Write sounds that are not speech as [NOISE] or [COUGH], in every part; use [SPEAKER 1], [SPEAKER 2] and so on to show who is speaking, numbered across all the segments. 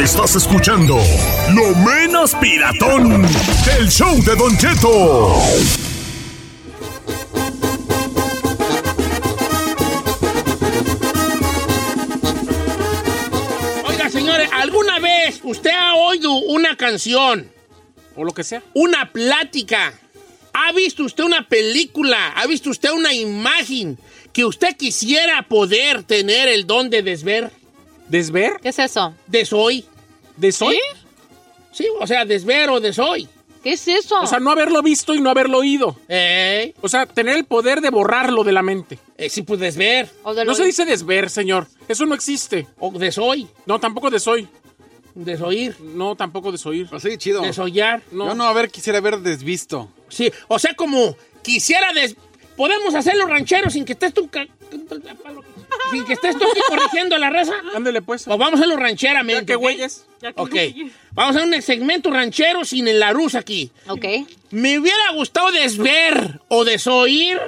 [SPEAKER 1] Estás escuchando Lo Menos Piratón, el show de Don Cheto.
[SPEAKER 2] Oiga, señores, ¿alguna vez usted ha oído una canción? O lo que sea. Una plática. ¿Ha visto usted una película? ¿Ha visto usted una imagen que usted quisiera poder tener el don de desver?
[SPEAKER 3] ¿Desver?
[SPEAKER 4] ¿Qué es eso?
[SPEAKER 2] ¿Desoy?
[SPEAKER 3] ¿Desoy?
[SPEAKER 2] ¿Eh? Sí, o sea, desver o desoy.
[SPEAKER 4] ¿Qué es eso?
[SPEAKER 3] O sea, no haberlo visto y no haberlo oído.
[SPEAKER 2] Eh,
[SPEAKER 3] O sea, tener el poder de borrarlo de la mente.
[SPEAKER 2] eh, sí, pues desver
[SPEAKER 4] O de
[SPEAKER 3] No
[SPEAKER 4] lo-
[SPEAKER 3] se dice desver, señor. Eso no existe.
[SPEAKER 2] o desoy,
[SPEAKER 3] No, tampoco desoy.
[SPEAKER 2] desoir,
[SPEAKER 3] No, tampoco desoír.
[SPEAKER 5] Pues sí, chido.
[SPEAKER 2] desollar.
[SPEAKER 3] No.
[SPEAKER 5] Yo no, a ver, quisiera haber desvisto.
[SPEAKER 2] Sí, o sea, como quisiera des... Podemos hacerlo ranchero sin que estés tú... ca- Sin que estés tú aquí corrigiendo a la raza.
[SPEAKER 3] Ándele, pues.
[SPEAKER 2] Pues vamos a hacerlo rancheramente.
[SPEAKER 3] Ya que
[SPEAKER 2] ¿ok?
[SPEAKER 3] güeyes.
[SPEAKER 2] Ok. Vamos a un segmento ranchero sin el arroz aquí.
[SPEAKER 4] Ok.
[SPEAKER 2] Me hubiera gustado desver o desoír.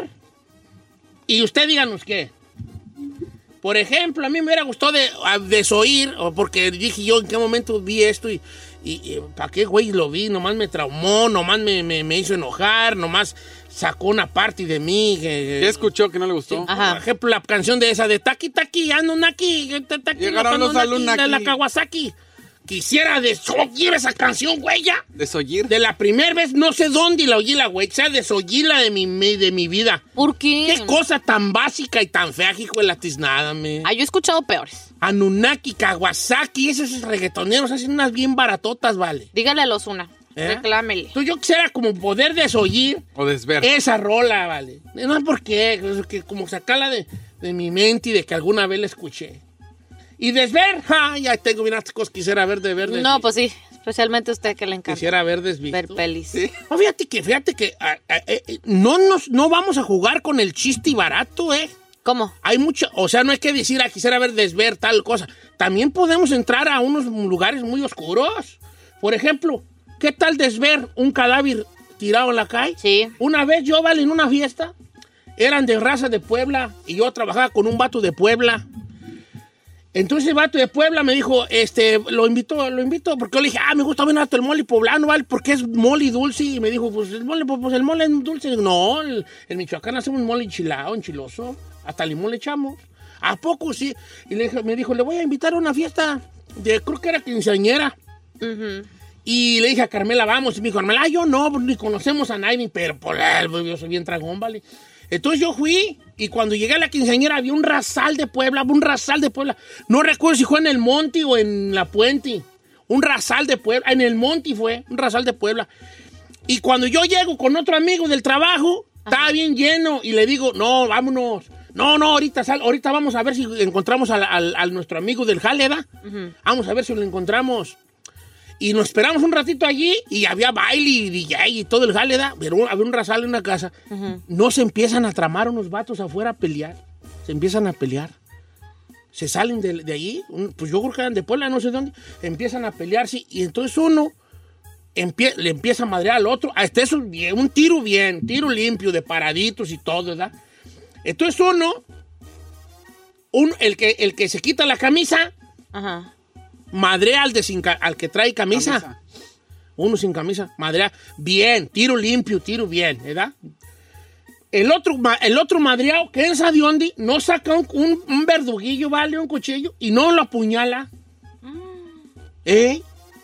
[SPEAKER 2] Y usted díganos qué. Por ejemplo, a mí me hubiera gustado de, a- desoír, o porque dije yo en qué momento vi esto y, para qué güey lo vi, nomás me traumó, nomás me, me- me hizo enojar, nomás sacó una parte de mí. que-
[SPEAKER 5] ¿Ya escuchó que no le gustó?
[SPEAKER 4] Ah.
[SPEAKER 2] por ejemplo, la canción de esa de Taki Taki, ando aquí, Taki,
[SPEAKER 5] Llegaron
[SPEAKER 2] ando
[SPEAKER 5] los
[SPEAKER 2] aquí,
[SPEAKER 5] alumnos
[SPEAKER 2] de la
[SPEAKER 5] aquí.
[SPEAKER 2] Kawasaki. Quisiera desoyir esa canción, güey, ya.
[SPEAKER 5] Desollir.
[SPEAKER 2] De la primera vez, no sé dónde la oí la güey, o sea, desoyí la de mi, mi- de mi vida.
[SPEAKER 4] ¿Por qué?
[SPEAKER 2] Qué cosa tan básica y tan fea, hijo de la tiznada, me.
[SPEAKER 4] Ah, yo he escuchado peores.
[SPEAKER 2] Anunnaki, Kawasaki, esos reggaetoneros hacen unas bien baratotas, vale.
[SPEAKER 4] Dígale a los una.
[SPEAKER 2] ¿Eh?
[SPEAKER 4] Reclámele.
[SPEAKER 2] Entonces yo quisiera como poder desoyir
[SPEAKER 5] O desver.
[SPEAKER 2] esa rola, vale. No es porque, es que como sacarla de, de mi mente y de que alguna vez la escuché. Y desver, ja, ya tengo bien hartas cosas que quisiera ver de ver.
[SPEAKER 4] No,
[SPEAKER 2] desvisto.
[SPEAKER 4] pues sí. Especialmente a usted que le encanta
[SPEAKER 2] Quisiera ver desvisto.
[SPEAKER 4] ver pelis.
[SPEAKER 2] No, fíjate que, fíjate que ah, ah, eh, eh, no, nos, no vamos a jugar con el chiste y barato, ¿eh?
[SPEAKER 4] ¿Cómo?
[SPEAKER 2] Hay mucho, o sea, no hay que decir, ah, quisiera ver desver tal cosa. También podemos entrar a unos lugares muy oscuros. Por ejemplo, ¿qué tal desver un cadáver tirado en la calle?
[SPEAKER 4] Sí.
[SPEAKER 2] Una vez yo, vale, en una fiesta, eran de raza de Puebla y yo trabajaba con un vato de Puebla. Entonces el vato de Puebla me dijo, este, lo invitó, lo invitó, porque yo le dije, ah, me gusta bien harto el mole poblano, ¿vale? Porque es mole dulce. Y me dijo, pues el mole, pues, pues, el mole es dulce. Y digo, no, el, en Michoacán hacemos un mole enchilado, enchiloso. Hasta limón le echamos. ¿A poco sí? Y le dije- me dijo, le voy a invitar a una fiesta de, creo que era quinceañera. Y le dije a Carmela, vamos. Y me dijo, Carmela, ah, yo no, pues, ni conocemos a nadie, pero por él, pues, yo soy bien tragón, ¿vale? Entonces yo fui y cuando llegué a la quinceañera había un rasal de Puebla, un rasal de Puebla. No recuerdo si fue en el Monte o en la Puente. Un rasal de Puebla, en el Monte fue, un rasal de Puebla. Y cuando yo llego con otro amigo del trabajo, estaba bien lleno y le digo, no, vámonos. No, no, ahorita sal, ahorita vamos a ver si encontramos al, al- al nuestro amigo del Jaleda. Vamos a ver si lo encontramos. Y nos esperamos un ratito allí y había baile y DJ y todo el jale, ¿da? Pero un- había un rasal en una casa. No se empiezan a tramar unos vatos afuera a pelear. Se empiezan a pelear. Se salen de, de allí. un- Pues yo creo que eran de Puebla, no sé dónde. Empiezan a pelearse y entonces uno empie- le empieza a madrear al otro. Hasta eso, bien, un tiro bien, tiro limpio de paraditos y todo, ¿verdad? Entonces uno, un- el, que, el que se quita la camisa,
[SPEAKER 4] Ajá.
[SPEAKER 2] madrea al, de sin ca- al que trae camisa. Uno sin camisa, madrea. Bien, tiro limpio, tiro bien, ¿verdad? El otro, ma- el otro madreado, que sabe de dónde, no saca un, un- un verduguillo, vale, un cuchillo, y no lo apuñala. ¿Eh?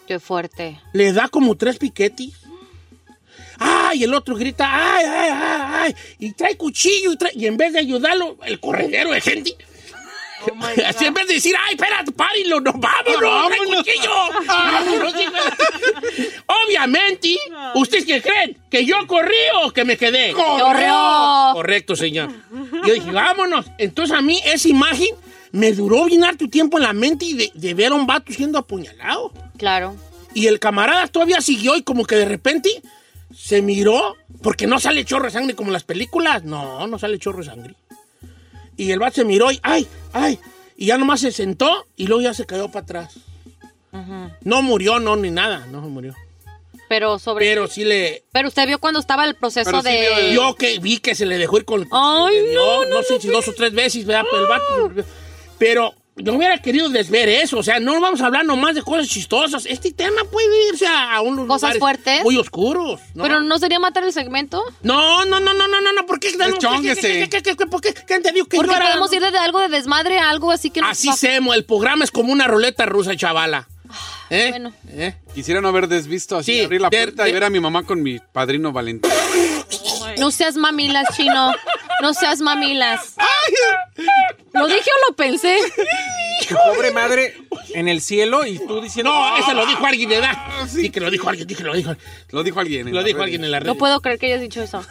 [SPEAKER 4] Qué fuerte.
[SPEAKER 2] Le da como tres piquetes. ¡Ay! El otro grita, ¡ay, ay, ay, ay! Y trae cuchillo y, trae- y en vez de ayudarlo, el corredero de gente. [LAUGHS] Así en vez de decir, ¡ay, espérate, párilo! ¡No, vámonos! ¡Trae cuchillo! Vámonos, hijo. Obviamente, ¿ustedes qué creen? ¿Que yo corrí o que me quedé?
[SPEAKER 4] ¡Correo!
[SPEAKER 2] Correcto, señor. Yo dije, vámonos. Entonces a mí esa imagen me duró llenar tu tiempo en la mente y de, de ver a un vato siendo apuñalado.
[SPEAKER 4] Claro.
[SPEAKER 2] Y el camarada todavía siguió y como que de repente se miró, porque no sale chorro de sangre como en las películas. No, no sale chorro de sangre. Y el vato se miró y, ay, ay, y ya nomás se sentó y luego ya se cayó para atrás. No murió, no, ni nada, no murió.
[SPEAKER 4] Pero sobre. Pero,
[SPEAKER 2] Pero sí le...
[SPEAKER 4] usted vio cuando estaba el proceso
[SPEAKER 5] Pero sí
[SPEAKER 4] de.
[SPEAKER 5] vio el-
[SPEAKER 2] Yo que vi que se le dejó ir con el
[SPEAKER 4] Ay,
[SPEAKER 2] cuchillo, le dio,
[SPEAKER 4] no, no,
[SPEAKER 2] sé
[SPEAKER 4] no,
[SPEAKER 2] si dos o tres veces, ¿verdad? Pero, el vato- pero yo hubiera querido desver eso, o sea, no vamos a hablar nomás de cosas chistosas. Este tema puede irse a, a unos
[SPEAKER 4] ¿Cosas
[SPEAKER 2] lugares
[SPEAKER 4] fuertes?
[SPEAKER 2] muy oscuros. ¿no?
[SPEAKER 4] Pero no sería matar el segmento.
[SPEAKER 2] No, no, no, no, no, no, no, ¿por qué?
[SPEAKER 5] Es chónguese.
[SPEAKER 2] ¿Qué, qué, qué, qué, por qué? ¿Quién te dijo que
[SPEAKER 4] Porque
[SPEAKER 2] yo era-
[SPEAKER 4] podemos ir de algo de desmadre a algo así que nos
[SPEAKER 2] Así
[SPEAKER 4] va-
[SPEAKER 2] semo, el programa es como una ruleta rusa, chavala. ¿Eh?
[SPEAKER 4] Ah, bueno.
[SPEAKER 2] ¿Eh?
[SPEAKER 5] Quisiera no haber desvisto así,
[SPEAKER 2] Sí,
[SPEAKER 5] abrir la
[SPEAKER 2] de-
[SPEAKER 5] puerta
[SPEAKER 2] de-
[SPEAKER 5] y ver a mi mamá con mi padrino
[SPEAKER 3] [LAUGHS]
[SPEAKER 5] Valentín.
[SPEAKER 4] No seas mamilas, chino. No seas mamilas. ¿Lo dije o lo pensé?
[SPEAKER 3] Tu pobre madre en el cielo y tú diciendo. "Ah".
[SPEAKER 2] No, eso lo dijo alguien, ¿verdad? Sí que lo dijo alguien, dije que lo dijo.
[SPEAKER 5] Lo dijo alguien. en
[SPEAKER 2] Lo
[SPEAKER 5] las
[SPEAKER 2] dijo
[SPEAKER 5] redes.
[SPEAKER 2] alguien en la red.
[SPEAKER 4] No puedo creer que hayas dicho eso.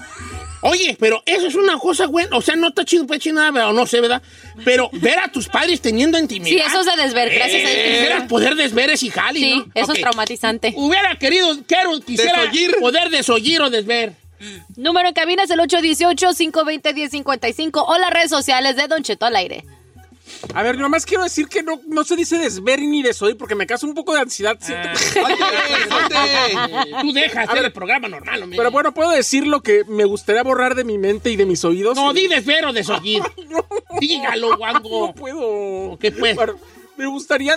[SPEAKER 2] Oye, pero eso es una cosa, güey. O sea, no está chido, pues chido, nada, pero no sé, ¿verdad? Pero ver a tus padres teniendo intimidad.
[SPEAKER 4] Sí, eso es de desver. Gracias a Dios.
[SPEAKER 2] Quisieras poder desveres y jali,
[SPEAKER 4] Sí,
[SPEAKER 2] ¿no?
[SPEAKER 4] eso
[SPEAKER 2] Ok.
[SPEAKER 4] es traumatizante.
[SPEAKER 2] Hubiera querido, quiero, quisiera
[SPEAKER 5] Desollir.
[SPEAKER 2] poder desollir o desver.
[SPEAKER 4] Número en cabina es el 818-520-1055 o las redes sociales de Don Cheto al aire.
[SPEAKER 3] A ver, nomás quiero decir que no, no se dice desver ni desoír porque me causa un poco de ansiedad. siento que-
[SPEAKER 2] Eh, Tú dejas hacer el programa normal, hombre.
[SPEAKER 3] Pero bueno, puedo decir lo que me gustaría borrar de mi mente y de mis oídos.
[SPEAKER 2] No, di desver o
[SPEAKER 3] [LAUGHS]
[SPEAKER 2] desollir. Dígalo, guango.
[SPEAKER 3] No puedo.
[SPEAKER 2] ¿Qué, pues?
[SPEAKER 3] Bueno, Me gustaría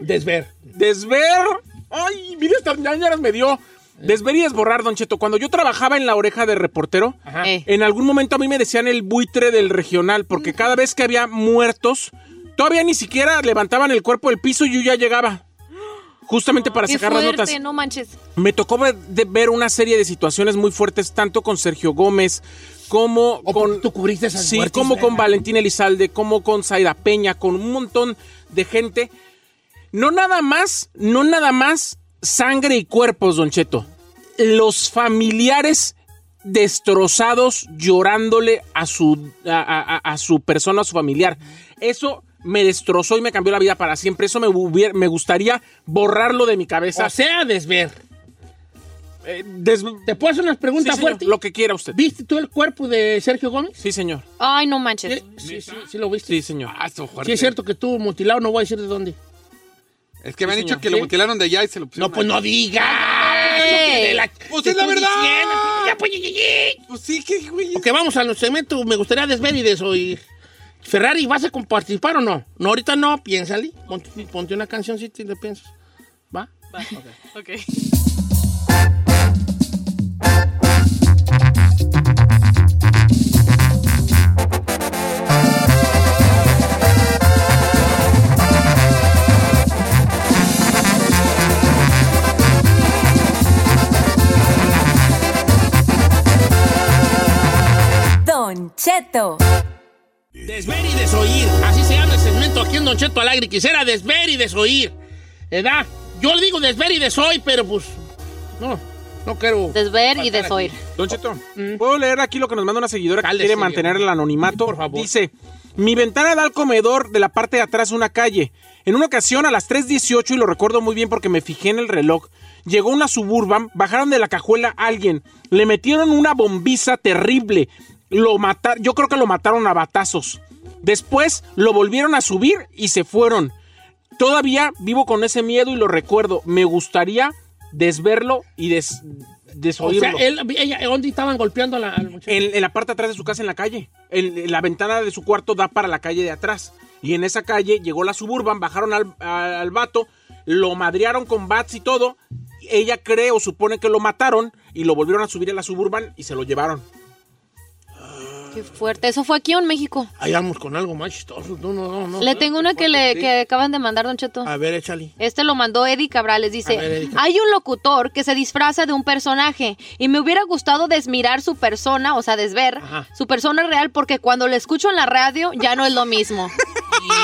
[SPEAKER 2] Desver.
[SPEAKER 3] desver. Ay, mire, estas ñañaras me dio. Desver y desborrar, Don Cheto. Cuando yo trabajaba en la oreja de reportero,
[SPEAKER 2] Ajá.
[SPEAKER 4] Eh.
[SPEAKER 3] en algún momento a mí me decían el buitre del regional, porque cada vez que había muertos, todavía ni siquiera levantaban el cuerpo del piso y yo ya llegaba. Justamente para
[SPEAKER 4] Qué
[SPEAKER 3] sacar las notas.
[SPEAKER 4] fuerte, no manches.
[SPEAKER 3] Me tocó ver, de- ver una serie de situaciones muy fuertes, tanto con Sergio Gómez, como
[SPEAKER 2] O
[SPEAKER 3] con.
[SPEAKER 2] tú cubriste esas
[SPEAKER 3] Sí,
[SPEAKER 2] muertes, ¿eh?
[SPEAKER 3] como con
[SPEAKER 2] ¿verdad?
[SPEAKER 3] Valentín Elizalde, como con Zaida Peña, con un montón de gente. No nada más, no nada más sangre y cuerpos, Don Cheto. Los familiares destrozados llorándole a su, a, a- a- a su persona, a su familiar. Eso me destrozó y me cambió la vida para siempre. Eso me, hubiera- me gustaría borrarlo de mi cabeza.
[SPEAKER 2] O sea, desver.
[SPEAKER 3] Eh, des-
[SPEAKER 2] ¿Te puedo hacer unas
[SPEAKER 3] Sí,
[SPEAKER 2] preguntas
[SPEAKER 3] señor,
[SPEAKER 2] fuertes?
[SPEAKER 3] Lo que quiera usted.
[SPEAKER 2] ¿Viste tú el cuerpo de Sergio Gómez?
[SPEAKER 3] Sí, señor.
[SPEAKER 4] Ay, no manches.
[SPEAKER 2] Sí, sí, sí, sí lo viste.
[SPEAKER 3] Sí, señor.
[SPEAKER 5] Ah, esto fuerte.
[SPEAKER 2] Sí, es cierto que estuvo mutilado, no voy a decir de dónde.
[SPEAKER 5] Es que me han
[SPEAKER 3] Sí,
[SPEAKER 5] dicho
[SPEAKER 3] señor.
[SPEAKER 5] que lo
[SPEAKER 2] Sí.
[SPEAKER 5] mutilaron de allá y se lo pusieron.
[SPEAKER 2] No, pues
[SPEAKER 5] ahí.
[SPEAKER 2] no digas.
[SPEAKER 4] ¡Ey!
[SPEAKER 2] De la-
[SPEAKER 5] Pues
[SPEAKER 2] te
[SPEAKER 5] es la
[SPEAKER 2] estoy
[SPEAKER 5] verdad.
[SPEAKER 2] diciendo. Ya, pues, ye, ye, ye.
[SPEAKER 5] Pues sí, qué güey.
[SPEAKER 2] Ok, vamos a los segmentos. Me gustaría desver y desoír. Ferrari, ¿vas a participar o no? No, ahorita no, piénsale. Ponte, ponte una canción si te lo piensas. ¿Va?
[SPEAKER 6] Don Cheto.
[SPEAKER 2] Desver y desoír. Así se llama el segmento aquí en Don Cheto al aire. Quisiera desver y desoír. ¿Edad? Yo le digo desver y desoír, pero pues. No, no quiero.
[SPEAKER 4] Desver y
[SPEAKER 2] faltar aquí.
[SPEAKER 4] desoír.
[SPEAKER 3] Don Cheto, ¿puedo leer aquí lo que nos manda una seguidora
[SPEAKER 2] Mm. Dale,
[SPEAKER 3] que quiere
[SPEAKER 2] señor.
[SPEAKER 3] mantener el anonimato?
[SPEAKER 2] Por favor.
[SPEAKER 3] Dice, mi ventana da al comedor de la parte de atrás de una calle. En una ocasión a las 3.18, y lo recuerdo muy bien porque me fijé en el reloj, llegó una suburban, bajaron de la cajuela a alguien, le metieron una bombiza terrible, lo mataron, yo creo que lo mataron a batazos. Después lo volvieron a subir y se fueron. Todavía vivo con ese miedo y lo recuerdo. Me gustaría desverlo y des-
[SPEAKER 2] O
[SPEAKER 3] desoírlo.
[SPEAKER 2] sea, él, ella, ¿dónde estaban golpeando a la, al muchacho?
[SPEAKER 3] En, en la parte de atrás de su casa, en la calle. En, en la ventana de su cuarto da para la calle de atrás. Y en esa calle llegó la suburban, bajaron al, a- al vato, lo madrearon con bats y todo. Ella cree o supone que lo mataron y lo volvieron a subir a la suburban y se lo llevaron.
[SPEAKER 4] Qué fuerte. Eso fue aquí o en México.
[SPEAKER 2] Ahí vamos con algo más chistoso. No, no, no. no.
[SPEAKER 4] Le tengo una que le que acaban de mandar, Don Cheto.
[SPEAKER 2] A ver, échale.
[SPEAKER 4] Este lo mandó Eddie Cabrales.
[SPEAKER 2] A
[SPEAKER 4] Dice:
[SPEAKER 2] ver, Eddie.
[SPEAKER 4] Hay un locutor que se disfraza de un personaje y me hubiera gustado desmirar su persona, o sea, desver
[SPEAKER 2] Ajá.
[SPEAKER 4] su persona real, porque cuando lo escucho en la radio ya no es lo mismo.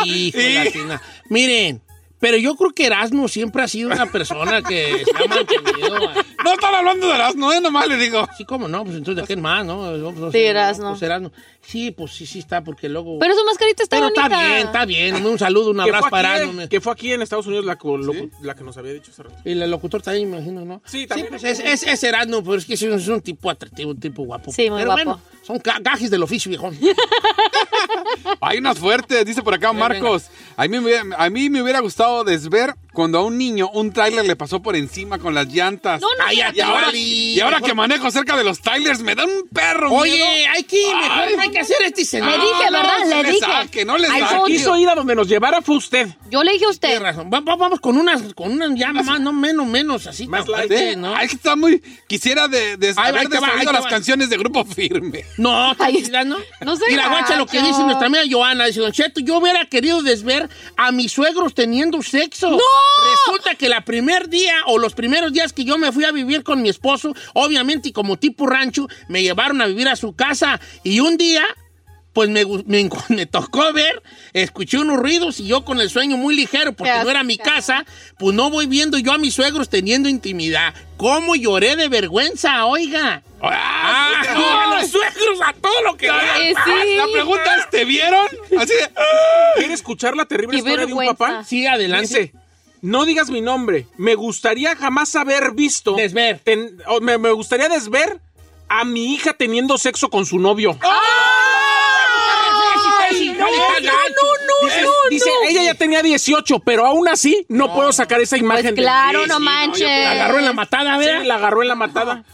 [SPEAKER 2] Hijo de la tina. Miren, pero yo creo que Erasmo siempre ha sido una persona que se ha mantenido. eh.
[SPEAKER 5] No están hablando de las no, eh, nomás le digo.
[SPEAKER 2] Sí, cómo no, pues entonces de quién más, ¿no? No, pues, no
[SPEAKER 4] Sí,
[SPEAKER 2] sé,
[SPEAKER 4] Erasmo.
[SPEAKER 2] pues, Erasmo. Sí, pues sí, sí está, porque luego.
[SPEAKER 4] Pero su mascarita está
[SPEAKER 2] Pero
[SPEAKER 4] bonita.
[SPEAKER 2] está bien, está bien. Un saludo, un
[SPEAKER 3] Que
[SPEAKER 2] abrazo
[SPEAKER 3] fue,
[SPEAKER 2] para
[SPEAKER 3] aquí,
[SPEAKER 2] Erasmo.
[SPEAKER 3] que fue aquí en Estados Unidos la, co- lo- la que nos había dicho hace rato.
[SPEAKER 2] Y el locutor también, me imagino, ¿no?
[SPEAKER 3] Sí, también.
[SPEAKER 2] pues, es, es, es Erasmo, pero es que es un, es un tipo atractivo, un tipo guapo.
[SPEAKER 4] Sí, muy
[SPEAKER 2] Pero
[SPEAKER 4] guapo.
[SPEAKER 2] bueno, son ca- gajes del oficio,
[SPEAKER 4] [LAUGHS]
[SPEAKER 2] viejón.
[SPEAKER 5] Hay unas fuertes, dice por acá Marcos. A mí, me hubiera- a mí me hubiera gustado desver cuando a un niño un tráiler le pasó por encima con las llantas. Ah,
[SPEAKER 4] No, no,
[SPEAKER 2] Cállate,
[SPEAKER 5] Y ahora,
[SPEAKER 2] órale.
[SPEAKER 5] y ahora que manejo cerca de los trailers, me da un perro.
[SPEAKER 2] Oye,
[SPEAKER 5] miedo.
[SPEAKER 2] hay que ir, mejor
[SPEAKER 5] Ay.
[SPEAKER 2] no hay que hacer este
[SPEAKER 4] Le
[SPEAKER 2] escenario.
[SPEAKER 4] dije,
[SPEAKER 5] no,
[SPEAKER 4] ¿verdad?
[SPEAKER 5] se
[SPEAKER 4] le
[SPEAKER 5] le
[SPEAKER 4] dije.
[SPEAKER 5] saque, no le
[SPEAKER 4] I
[SPEAKER 5] saque.
[SPEAKER 4] told
[SPEAKER 3] Quiso
[SPEAKER 4] you.
[SPEAKER 3] ir a donde nos llevara fue usted.
[SPEAKER 4] Yo le dije a usted.
[SPEAKER 2] Tienes razón. Va- va- vamos con unas, con unas ya más, no menos, menos, así.
[SPEAKER 3] Más
[SPEAKER 2] tan
[SPEAKER 3] light.
[SPEAKER 2] fuerte,
[SPEAKER 5] ¿Eh?
[SPEAKER 2] ¿no?
[SPEAKER 5] Ay, que está muy. Quisiera de, de
[SPEAKER 2] Ahí va, ahí te va,
[SPEAKER 5] haber
[SPEAKER 2] ahí
[SPEAKER 5] desarrollado
[SPEAKER 2] te
[SPEAKER 5] las
[SPEAKER 2] va.
[SPEAKER 5] canciones de grupo firme.
[SPEAKER 2] No,
[SPEAKER 4] [LAUGHS] Ay,
[SPEAKER 2] tranquila, ¿no?
[SPEAKER 4] no sé,
[SPEAKER 2] Mira, guacha lo que
[SPEAKER 4] gacho.
[SPEAKER 2] dice nuestra amiga Joana. Dice, Don Cheto, yo hubiera querido desver a mis suegros teniendo sexo. ¡No! Resulta que la primer día o los primeros días que yo me fui a vivir con mi esposo, obviamente y como tipo rancho, me llevaron a vivir a su casa. Y un día, pues me, gu- me, enco- [LAUGHS] me tocó ver, escuché unos ruidos y yo con el sueño muy ligero, porque
[SPEAKER 4] Qué
[SPEAKER 2] no era mi
[SPEAKER 4] asco.
[SPEAKER 2] casa, pues no voy viendo yo a mis suegros teniendo intimidad. ¿Cómo lloré de vergüenza,
[SPEAKER 4] [LAUGHS]
[SPEAKER 2] oiga?
[SPEAKER 5] Ah,
[SPEAKER 2] Ah, no, a los suegros, a todo lo que da.
[SPEAKER 4] Eh, sí.
[SPEAKER 5] La pregunta es: ¿te vieron? Así de.
[SPEAKER 2] Ah.
[SPEAKER 3] ¿Quiere escuchar la terrible
[SPEAKER 4] Qué
[SPEAKER 3] historia de un
[SPEAKER 4] vergüenza.
[SPEAKER 3] papá?
[SPEAKER 2] Sí, adelante.
[SPEAKER 3] Dice, no digas mi nombre. Me gustaría jamás haber visto.
[SPEAKER 2] Desver.
[SPEAKER 3] ten- o me, me gustaría desver a mi hija teniendo sexo con su novio.
[SPEAKER 2] ¡Ah, Ay, no, no, Ah.
[SPEAKER 3] Dice, dice, ella ya tenía 18, pero aún así no, puedo sacar esa imagen.
[SPEAKER 4] Pues
[SPEAKER 3] de-
[SPEAKER 4] claro, no
[SPEAKER 3] Sí,
[SPEAKER 4] manches.
[SPEAKER 2] La agarró en la matada,
[SPEAKER 3] sí,
[SPEAKER 2] ¿verdad?
[SPEAKER 3] la agarró en la matada.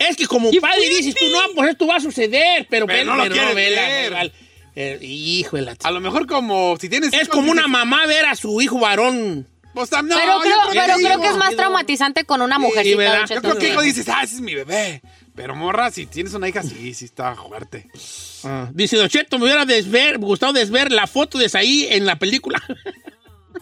[SPEAKER 2] Es que como
[SPEAKER 3] ¡Qué
[SPEAKER 2] padre
[SPEAKER 3] fuerte!
[SPEAKER 2] dices tú, no, pues esto va a suceder, pero,
[SPEAKER 5] Pero
[SPEAKER 2] ven-
[SPEAKER 5] no lo quieres
[SPEAKER 2] vela,
[SPEAKER 5] ver.
[SPEAKER 2] vela. Eh, hijo de la ch-
[SPEAKER 5] A lo mejor, como si tienes.
[SPEAKER 2] Es como una mamá ver a su hijo varón.
[SPEAKER 5] Pues, tam- no,
[SPEAKER 4] pero
[SPEAKER 5] yo
[SPEAKER 4] creo,
[SPEAKER 5] creo
[SPEAKER 4] pero
[SPEAKER 5] que
[SPEAKER 4] creo
[SPEAKER 5] sí,
[SPEAKER 4] que es más
[SPEAKER 2] no.
[SPEAKER 4] traumatizante con una mujercita.
[SPEAKER 2] ¿verdad?
[SPEAKER 4] Don
[SPEAKER 5] Yo
[SPEAKER 4] Cheto.
[SPEAKER 5] creo que hijo dices, ah, ese es mi bebé. Pero morra, si tienes una hija, sí, sí está fuerte. Ah.
[SPEAKER 2] Dice, Don Cheto, me hubiera desver, gustado desver la foto de Saí en la película.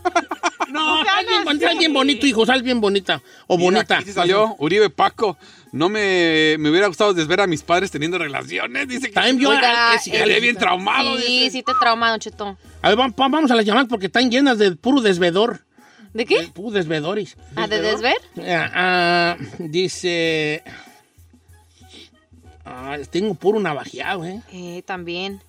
[SPEAKER 2] [LAUGHS] no, estás bien, bon- estás bien bonito, hijo, sal bien bonita. O
[SPEAKER 5] Mira,
[SPEAKER 2] bonita.
[SPEAKER 5] aquí sí salió Uribe Paco. No me, me hubiera gustado desver a mis padres teniendo relaciones. Dice que.
[SPEAKER 2] También vio
[SPEAKER 4] Oiga,
[SPEAKER 2] a- que sí,
[SPEAKER 4] eh,
[SPEAKER 2] ya le
[SPEAKER 5] Quedé
[SPEAKER 2] vi-
[SPEAKER 5] bien traumado.
[SPEAKER 4] Sí,
[SPEAKER 5] dice.
[SPEAKER 4] sí te trauma, Don Cheto.
[SPEAKER 2] A ver, vam- vam- vamos a las llamadas porque están llenas de puro desvedor.
[SPEAKER 4] ¿De qué?
[SPEAKER 2] De Puro desvedores.
[SPEAKER 4] ¿A de desver?
[SPEAKER 2] Ah, ah, dice. Ah, tengo puro navajeado, ¿eh?
[SPEAKER 4] Eh, [LAUGHS] también.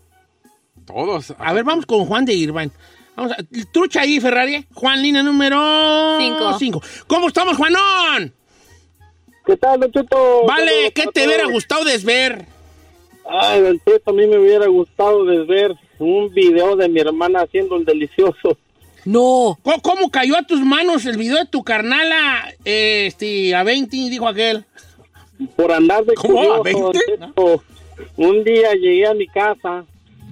[SPEAKER 5] Todos.
[SPEAKER 2] A ver, vamos con Juan de Irvine. Vamos a- trucha ahí, Ferrari. eh. Juan, línea número.
[SPEAKER 4] Cinco.
[SPEAKER 2] cinco. ¿Cómo estamos, Juanón?
[SPEAKER 6] ¿Qué tal, Don Cheto?
[SPEAKER 2] Vale,
[SPEAKER 6] Saludos
[SPEAKER 2] ¿qué
[SPEAKER 6] a
[SPEAKER 2] te
[SPEAKER 6] todos.
[SPEAKER 2] hubiera gustado desver?
[SPEAKER 6] Ay, Don Cheto, a mí me hubiera gustado de ver un video de mi hermana haciendo el delicioso.
[SPEAKER 4] No.
[SPEAKER 2] ¿Cómo, cómo cayó a tus manos el video de tu carnala? Este, a 20, dijo aquel.
[SPEAKER 6] Por andar de
[SPEAKER 3] ¿Cómo? ¿A
[SPEAKER 6] curioso, Don
[SPEAKER 3] 20?
[SPEAKER 6] Cheto. Un día llegué a mi casa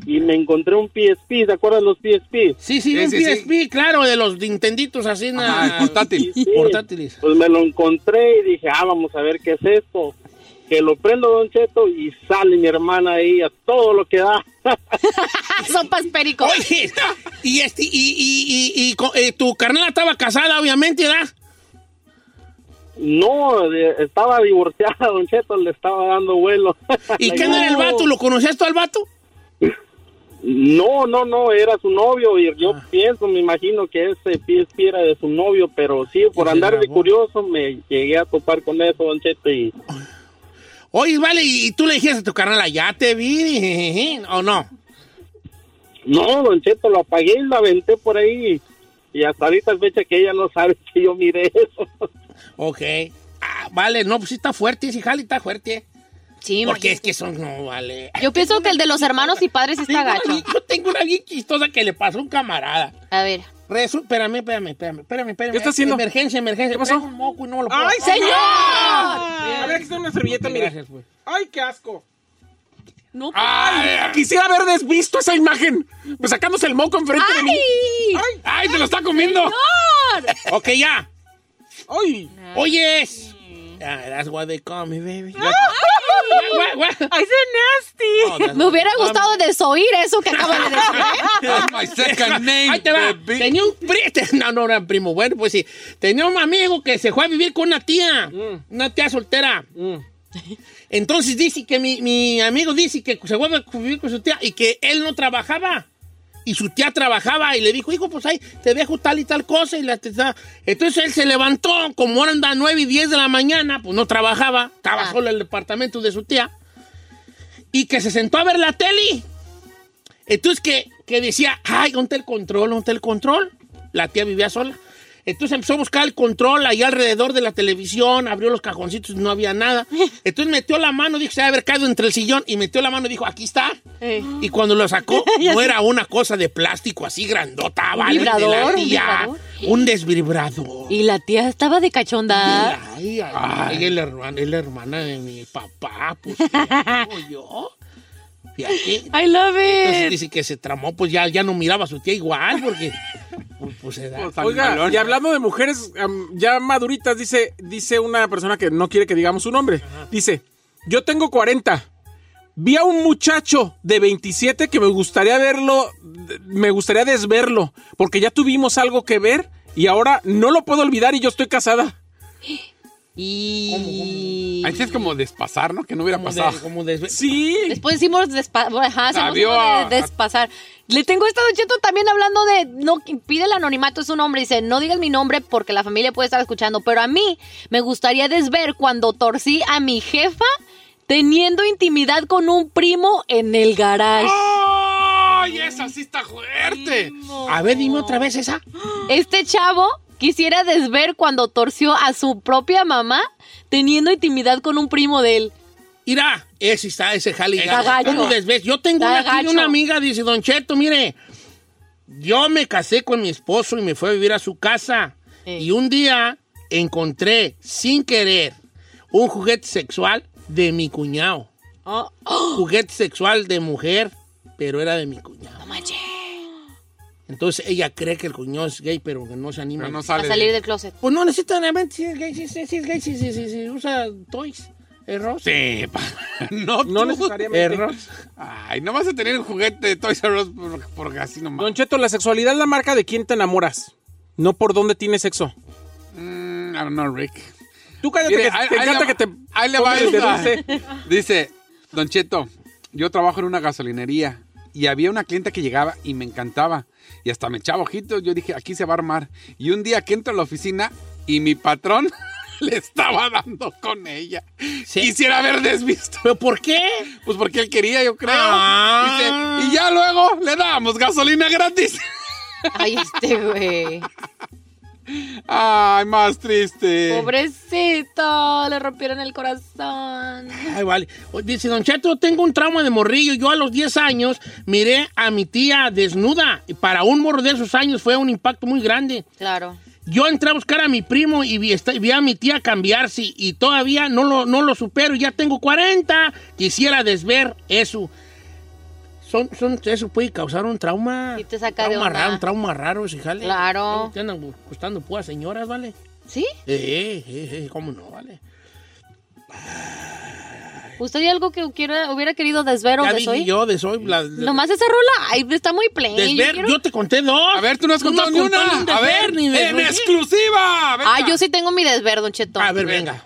[SPEAKER 6] y me encontré un PSP, ¿se acuerdan los PSP?
[SPEAKER 2] Sí, sí,
[SPEAKER 5] Sí,
[SPEAKER 2] un
[SPEAKER 5] sí,
[SPEAKER 2] PSP, claro, de los Nintenditos así.
[SPEAKER 5] Ajá,
[SPEAKER 2] na-
[SPEAKER 5] el Ah,
[SPEAKER 2] [LAUGHS]
[SPEAKER 5] portátil.
[SPEAKER 2] Portátiles.
[SPEAKER 6] Pues me lo encontré y dije, ah, vamos a ver qué es esto. Que lo prendo, Don Cheto, y sale mi hermana ahí a todo lo que da. [LAUGHS]
[SPEAKER 4] Sopas perico.
[SPEAKER 2] Oye, y, este, y, y, y, y co- eh, tu carnala estaba casada, obviamente, ¿verdad?
[SPEAKER 6] No, de- estaba divorciada, Don Cheto, le estaba dando vuelo.
[SPEAKER 2] [LAUGHS] ¿Y
[SPEAKER 6] La
[SPEAKER 2] qué no era el
[SPEAKER 6] llevó-
[SPEAKER 2] vato? ¿Lo conocías tú al vato?
[SPEAKER 6] No, no, no, era su novio y
[SPEAKER 2] Ah.
[SPEAKER 6] yo pienso, me imagino que ese PSP era de su novio, pero sí, por
[SPEAKER 2] se
[SPEAKER 6] andar de
[SPEAKER 2] grabó.
[SPEAKER 6] curioso me llegué a topar con eso, Don Cheto, y
[SPEAKER 2] Oye, vale, y, y tú le dijiste a tu carnala, ya te vi, jejeje, ¿o no?
[SPEAKER 6] no, Don Cheto, lo apagué y lo aventé por ahí y hasta ahorita es fecha que ella no sabe que yo miré eso.
[SPEAKER 2] Ok. Ah, vale, no, pues sí está fuerte, ese jali está fuerte.
[SPEAKER 4] Sí,
[SPEAKER 2] Porque es
[SPEAKER 4] imagínate.
[SPEAKER 2] que son, no, vale.
[SPEAKER 4] Yo
[SPEAKER 2] [LAUGHS]
[SPEAKER 4] pienso que el de los hermanos y padres está
[SPEAKER 2] Tengo una
[SPEAKER 4] gacho.
[SPEAKER 2] bien- Yo tengo una bien chistosa que le pasó a un camarada.
[SPEAKER 4] A ver.
[SPEAKER 2] Resu espérame, espérame, espérame, espérame, espérame.
[SPEAKER 3] ¿Qué está haciendo?
[SPEAKER 2] Emergencia, emergencia.
[SPEAKER 3] ¿Qué pasó?
[SPEAKER 2] Traigo un moco y no me lo puedo
[SPEAKER 3] ¡Ay,
[SPEAKER 2] apagar.
[SPEAKER 3] señor!
[SPEAKER 4] ¡Señor!
[SPEAKER 3] A ver, aquí está una servilleta, mire.
[SPEAKER 2] Gracias, pues.
[SPEAKER 3] ¡Ay, qué asco!
[SPEAKER 4] No.
[SPEAKER 3] ¡Ay! Quisiera haber desvisto esa imagen. Pues sacándose el moco enfrente de mí.
[SPEAKER 4] ¡Ay!
[SPEAKER 3] ¡Ay!
[SPEAKER 5] ¡Ay, te lo está comiendo!
[SPEAKER 2] Ok, ya.
[SPEAKER 3] ¡Ay!
[SPEAKER 2] Oyes. Ah, that's why they call me, baby. What, what, what?
[SPEAKER 7] I said nasty.
[SPEAKER 4] Me hubiera gustado desoír eso que acaban de decir. ¿eh?
[SPEAKER 5] That's my second name,
[SPEAKER 2] Ahí te va.
[SPEAKER 5] baby.
[SPEAKER 2] Tenía un [LAUGHS] primo. No, no era primo. Bueno, pues sí. Tenía un amigo que se fue a vivir con una tía. Una tía soltera. Entonces dice que mi, mi amigo dice que se fue a vivir con su tía y que él no trabajaba. Y su tía trabajaba y le dijo, hijo, pues ahí te dejo tal y tal cosa. Y la tía- Entonces él se levantó, como eran las 9 y 10 de la mañana, pues no trabajaba, estaba
[SPEAKER 4] Ah.
[SPEAKER 2] solo en el departamento de su tía. Y que se sentó a ver la tele. Entonces que, que decía, ay, ¿dónde está el control? ¿Dónde está el control? La tía vivía sola. Entonces empezó a buscar el control ahí alrededor de la televisión, abrió los cajoncitos, no había
[SPEAKER 4] [LAUGHS]
[SPEAKER 2] nada. Entonces metió la mano, dijo, se había caído entre el sillón y metió la mano y dijo, aquí está.
[SPEAKER 4] ¿eh?
[SPEAKER 2] Y cuando lo sacó,
[SPEAKER 4] [LAUGHS]
[SPEAKER 2] no era una cosa de plástico así grandota, ¿vale? De la
[SPEAKER 4] vibrador, un
[SPEAKER 2] tía.
[SPEAKER 4] vibrador.
[SPEAKER 2] Un desvibrador.
[SPEAKER 4] Y la tía estaba de cachonda.
[SPEAKER 2] Ay, ay, ay, es la hermana, es la hermana de mi papá,
[SPEAKER 4] [LAUGHS]
[SPEAKER 2] pues, ¿qué hago yo? Fíjate,
[SPEAKER 4] I love
[SPEAKER 2] entonces
[SPEAKER 4] it.
[SPEAKER 2] Pues, dice que se tramó, pues ya, ya no miraba a su tía igual, porque pues, pues, se da.
[SPEAKER 3] Oiga,
[SPEAKER 5] Malón.
[SPEAKER 3] y hablando de mujeres am, ya maduritas, dice, dice una persona que no quiere que digamos su nombre. Dice, yo tengo 40. Vi a un muchacho de 27 que me gustaría verlo, de- me gustaría desverlo, porque ya tuvimos algo que ver y ahora no lo puedo olvidar y yo estoy casada.
[SPEAKER 4] Y...
[SPEAKER 5] Ahí sí es como despasar, ¿no? Que no hubiera
[SPEAKER 2] Como de-
[SPEAKER 5] pasado.
[SPEAKER 2] como de-
[SPEAKER 3] Sí.
[SPEAKER 4] Después decimos despa- ajá, hacemos
[SPEAKER 5] Vio
[SPEAKER 4] uno
[SPEAKER 5] a-
[SPEAKER 4] de despasar. Le tengo esta Don Cheto, también hablando de no pide el anonimato es un hombre dice, "No digas mi nombre porque la familia puede estar escuchando, pero a mí me gustaría desver cuando torcí a mi jefa teniendo intimidad con un primo en el garage."
[SPEAKER 5] ¡Ay, esa sí está fuerte!
[SPEAKER 2] A ver, dime otra vez esa.
[SPEAKER 4] Este chavo quisiera desver cuando torció a su propia mamá teniendo intimidad con un primo de él.
[SPEAKER 2] Mira, ese está, ese jali.
[SPEAKER 4] Está gacho.
[SPEAKER 2] ¿Cómo desves? Yo tengo
[SPEAKER 4] Está
[SPEAKER 2] una, aquí de
[SPEAKER 4] gacho.
[SPEAKER 2] una amiga, dice, Don Cheto, mire, yo me casé con mi esposo y me fui a vivir a su casa.
[SPEAKER 4] Eh.
[SPEAKER 2] Y un día encontré, sin querer, un juguete sexual de mi cuñado.
[SPEAKER 4] Oh,
[SPEAKER 2] Juguete sexual de mujer, pero era de mi cuñado.
[SPEAKER 4] no manches.
[SPEAKER 2] Entonces ella cree que el cuñado es gay, pero que no se anima.
[SPEAKER 5] Pero no
[SPEAKER 4] Va a
[SPEAKER 5] sale.
[SPEAKER 4] salir del closet.
[SPEAKER 2] Pues no necesariamente si es gay, si es, si es gay, si, si, si- si usa toys. Error.
[SPEAKER 5] Sí, pa- [LAUGHS] no,
[SPEAKER 3] No
[SPEAKER 5] tú.
[SPEAKER 3] necesariamente.
[SPEAKER 2] Error.
[SPEAKER 5] Ay, no vas a tener un juguete de Toys R Us por- porque así nomás.
[SPEAKER 3] Don Cheto, la sexualidad es la marca de quién te enamoras, no por dónde tienes sexo.
[SPEAKER 5] Mm, I don't know, Rick.
[SPEAKER 3] Tú cállate,
[SPEAKER 5] Mire,
[SPEAKER 3] que te encanta
[SPEAKER 5] le-
[SPEAKER 3] que te...
[SPEAKER 5] ahí le va
[SPEAKER 3] pongas de dulce.
[SPEAKER 5] esta. Dice, Don Cheto, yo trabajo en una gasolinería y había una clienta que llegaba y me encantaba. Y hasta me echaba ojitos. Yo dije, aquí se va a armar. Y un día que entro a la oficina y mi patrón [LAUGHS] le estaba dando con ella.
[SPEAKER 2] Sí.
[SPEAKER 5] Quisiera haber desvisto.
[SPEAKER 2] ¿Pero por qué?
[SPEAKER 5] Pues porque él quería, yo creo.
[SPEAKER 2] Ah.
[SPEAKER 5] Dice, y ya luego le damos gasolina gratis. [LAUGHS]
[SPEAKER 4] Ay, este güey.
[SPEAKER 5] Ay, más triste.
[SPEAKER 4] Pobrecito, le rompieron el corazón.
[SPEAKER 2] Ay, vale. O- Dice, Don Cheto, tengo un trauma de morrillo. Yo a los 10 años miré a mi tía desnuda. Y para un morro de esos años fue un impacto muy grande.
[SPEAKER 4] Claro.
[SPEAKER 2] Yo entré a buscar a mi primo y vi, esta- vi a mi tía cambiarse y todavía no lo, no lo supero. Ya tengo 40. Quisiera desver eso. Son, son, eso puede causar un trauma.
[SPEAKER 4] Y te saca de
[SPEAKER 2] trauma
[SPEAKER 4] onda.
[SPEAKER 2] raro, un trauma raro, si jale.
[SPEAKER 4] Claro.
[SPEAKER 2] Te andan gustando puras señoras, ¿vale?
[SPEAKER 4] ¿Sí?
[SPEAKER 2] Eh, eh, eh, ¿cómo no, vale?
[SPEAKER 4] ¿Usted hay algo que quiera- hubiera querido desver o
[SPEAKER 2] Ya
[SPEAKER 4] desoír?
[SPEAKER 2] dije yo de soy. la- la-
[SPEAKER 4] Nomás esa rola, ay, está muy plain.
[SPEAKER 2] Desver,
[SPEAKER 4] quiero-
[SPEAKER 2] yo te conté dos.
[SPEAKER 5] A ver, tú no has contado ni una.
[SPEAKER 2] ni un
[SPEAKER 5] a
[SPEAKER 2] desver,
[SPEAKER 5] ver,
[SPEAKER 2] ni de-
[SPEAKER 5] en
[SPEAKER 2] ¿sí?
[SPEAKER 5] exclusiva. Venga.
[SPEAKER 4] Ah, yo sí tengo mi desver, Don Cheto.
[SPEAKER 2] A ver, venga.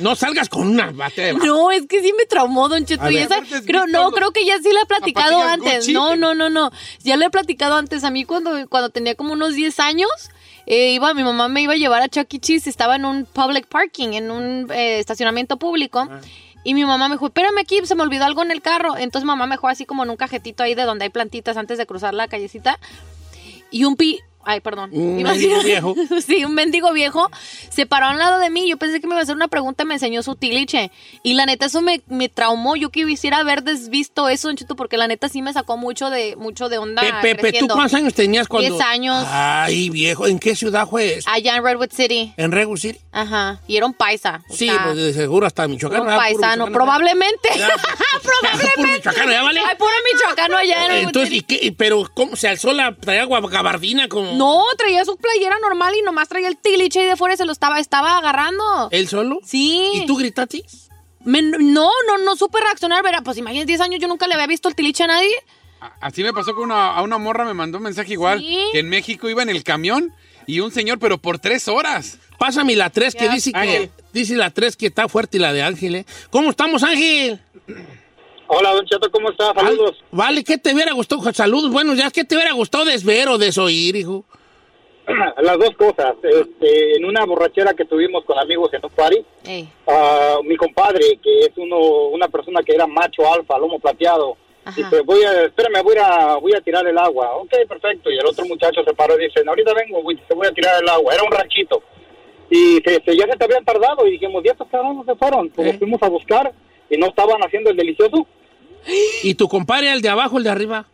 [SPEAKER 2] No salgas con una
[SPEAKER 4] [LAUGHS]
[SPEAKER 2] batea.
[SPEAKER 4] No, es que sí me traumó, Don Cheto.
[SPEAKER 2] A
[SPEAKER 4] y
[SPEAKER 2] ver.
[SPEAKER 4] esa,
[SPEAKER 5] Aparte, es
[SPEAKER 4] creo,
[SPEAKER 5] Víctor,
[SPEAKER 4] no,
[SPEAKER 5] lo-
[SPEAKER 4] creo que ya sí la he platicado
[SPEAKER 5] zapatillas
[SPEAKER 4] antes.
[SPEAKER 5] Gucci.
[SPEAKER 4] No, no, no, no. Ya la he platicado antes. A mí cuando, cuando tenía como unos 10 años, eh, iba, mi mamá me iba a llevar a Chuck E. Cheese. Estaba en un public parking, en un eh, estacionamiento público.
[SPEAKER 2] Ah.
[SPEAKER 4] Y mi mamá me dijo, espérame aquí, se me olvidó algo en el carro. Entonces mamá me dejó así como en un cajetito ahí de donde hay plantitas antes de cruzar la callecita. Y un pi... Ay, perdón.
[SPEAKER 2] Un
[SPEAKER 4] Iba a
[SPEAKER 2] mendigo
[SPEAKER 4] decir-
[SPEAKER 2] viejo.
[SPEAKER 4] [LAUGHS] sí, un mendigo viejo se paró a un lado de mí. Yo pensé que me iba a hacer una pregunta, me enseñó su tiliche. Y la neta, eso me, me traumó. Yo quisiera haber desvisto eso, Don Cheto, porque la neta sí me sacó mucho de, mucho de onda.
[SPEAKER 2] Pepe, Pepe, ¿tú
[SPEAKER 4] creciendo.
[SPEAKER 2] cuántos años tenías cuando?
[SPEAKER 4] Diez años. Ah.
[SPEAKER 2] Ay, viejo, ¿en qué ciudad fue eso?
[SPEAKER 4] Allá en Redwood City.
[SPEAKER 2] ¿En Redwood City?
[SPEAKER 4] Ajá. Y era un paisa. o
[SPEAKER 2] Sí,
[SPEAKER 4] sea,
[SPEAKER 2] pues de seguro hasta Michoacán.
[SPEAKER 4] un
[SPEAKER 2] ¿verdad? Puro
[SPEAKER 4] paisano.
[SPEAKER 2] michoacano,
[SPEAKER 4] Probablemente.
[SPEAKER 2] ¿verdad?
[SPEAKER 4] [LAUGHS]
[SPEAKER 2] Ya, Puro
[SPEAKER 4] Probablemente.
[SPEAKER 2] michoacano, ¿ya vale?
[SPEAKER 4] Ay, puro michoacano allá en Redwood
[SPEAKER 2] Entonces,
[SPEAKER 4] City.
[SPEAKER 2] ¿y qué? ¿Y ¿Pero cómo se alzó la traía guab- gabardina como
[SPEAKER 4] No, traía su playera normal
[SPEAKER 2] Eh,
[SPEAKER 4] y nomás traía el tiliche ahí de fuera y se lo estaba, estaba agarrando.
[SPEAKER 2] él solo?
[SPEAKER 4] Sí.
[SPEAKER 2] ¿Y tú gritaste?
[SPEAKER 4] Me- no, no, no supe reaccionar, verá, pues imagínate 10 años, yo nunca le había visto el tiliche a nadie.
[SPEAKER 5] A- Así me pasó con una, a una morra, me mandó un mensaje igual,
[SPEAKER 4] ¿Sí?
[SPEAKER 5] que en México iba en el camión y un señor, pero por tres horas.
[SPEAKER 2] Pásame la 3 que
[SPEAKER 4] Ya,
[SPEAKER 2] dice que
[SPEAKER 5] Ángel.
[SPEAKER 2] dice la 3 que está fuerte y la de Ángel, ¿eh? ¿Cómo estamos, Ángel?
[SPEAKER 6] Hola, Don Cheto, ¿cómo está?
[SPEAKER 2] Al-
[SPEAKER 6] Saludos. [CLEARS THROAT]
[SPEAKER 2] Vale, ¿qué te hubiera gustado? Saludos, bueno, ya es que te hubiera gustado desver o desoír, hijo.
[SPEAKER 6] Las dos cosas. Este, en una borrachera que tuvimos con amigos en un party,
[SPEAKER 4] Ey,
[SPEAKER 6] ah, mi compadre, que es uno, una persona que era macho alfa, lomo plateado,
[SPEAKER 4] Ajá.
[SPEAKER 6] dice, voy a, espérame, voy a, voy a tirar el agua. Ok, perfecto. Y el otro muchacho se paró y dice, ahorita vengo, güey, te voy a tirar el agua. Era un ranchito. Y que, este, ya se te habían tardado y dijimos, ya estos cabrones se fueron. Pues los fuimos a buscar y no estaban haciendo el delicioso.
[SPEAKER 2] ¿Y tu compadre, el de abajo, el de arriba?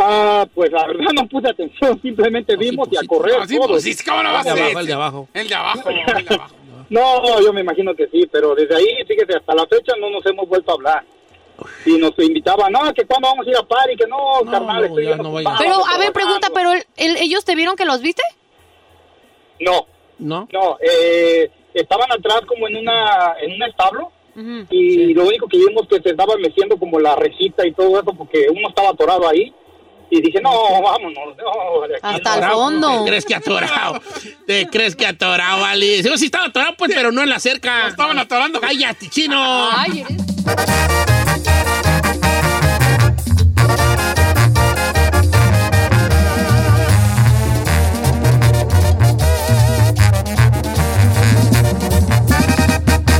[SPEAKER 6] Ah, pues la verdad no puse atención, [LAUGHS] simplemente vimos y a
[SPEAKER 2] Ah,
[SPEAKER 6] correr
[SPEAKER 5] Así,
[SPEAKER 6] todos.
[SPEAKER 5] pues, sí, ¿cómo no va a
[SPEAKER 2] El de
[SPEAKER 5] ser?
[SPEAKER 2] abajo, el de abajo.
[SPEAKER 5] El de abajo, el de abajo.
[SPEAKER 6] No, no, yo me imagino que sí, pero desde ahí, fíjese, hasta la fecha no nos hemos vuelto a hablar. Y nos invitaba, no, que cuando vamos a ir a París, que no,
[SPEAKER 2] No,
[SPEAKER 6] carnal,
[SPEAKER 2] no,
[SPEAKER 6] estoy
[SPEAKER 2] ya
[SPEAKER 6] bien
[SPEAKER 2] no
[SPEAKER 6] ocupado,
[SPEAKER 2] vaya.
[SPEAKER 4] Pero, a
[SPEAKER 6] estoy
[SPEAKER 4] ver, pregunta,
[SPEAKER 6] trabajando".
[SPEAKER 4] ¿pero el- el- ellos te vieron que los viste?
[SPEAKER 6] No,
[SPEAKER 2] ¿No?
[SPEAKER 6] no, eh, estaban atrás como en una en un establo
[SPEAKER 4] Ujú.
[SPEAKER 6] y lo único que vimos que se estaba meciendo como la recita y todo eso porque uno estaba atorado ahí y dije, no, vámonos, no. de aquí
[SPEAKER 4] Hasta
[SPEAKER 6] no".
[SPEAKER 4] el fondo.
[SPEAKER 2] ¿Te crees que atorado? ¿Te crees que atorado, vale? Yo sí estaba atorado, pues, pero no en la cerca.
[SPEAKER 5] No estaban atorando.
[SPEAKER 2] ¡Cállate, chino!
[SPEAKER 4] Ay, eres...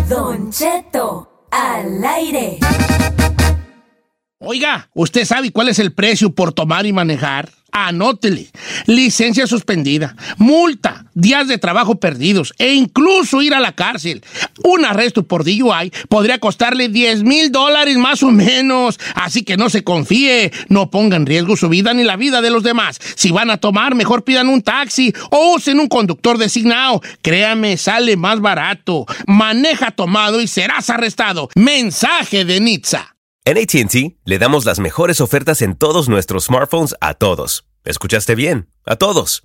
[SPEAKER 7] Don Cheto, al aire.
[SPEAKER 2] Oiga, ¿usted sabe cuál es el precio por tomar y manejar? Anótele. Licencia suspendida, multa, días de trabajo perdidos e incluso ir a la cárcel. Un arresto por DUI podría costarle 10 mil dólares más o menos. Así que no se confíe. No ponga en riesgo su vida ni la vida de los demás. Si van a tomar, mejor pidan un taxi o usen un conductor designado. Créame, sale más barato. Maneja tomado y serás arrestado. Mensaje de Nitza.
[SPEAKER 8] En ATT le damos las mejores ofertas en todos nuestros smartphones a todos. ¿Escuchaste bien? A todos.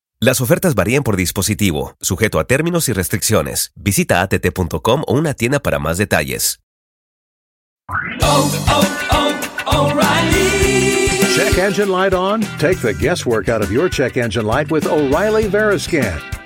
[SPEAKER 8] Las ofertas varían por dispositivo, sujeto a términos y restricciones. Visita att.com o una tienda para más detalles.
[SPEAKER 1] Check engine light on? Take the guesswork out of your check engine light with O'Reilly Veriscan.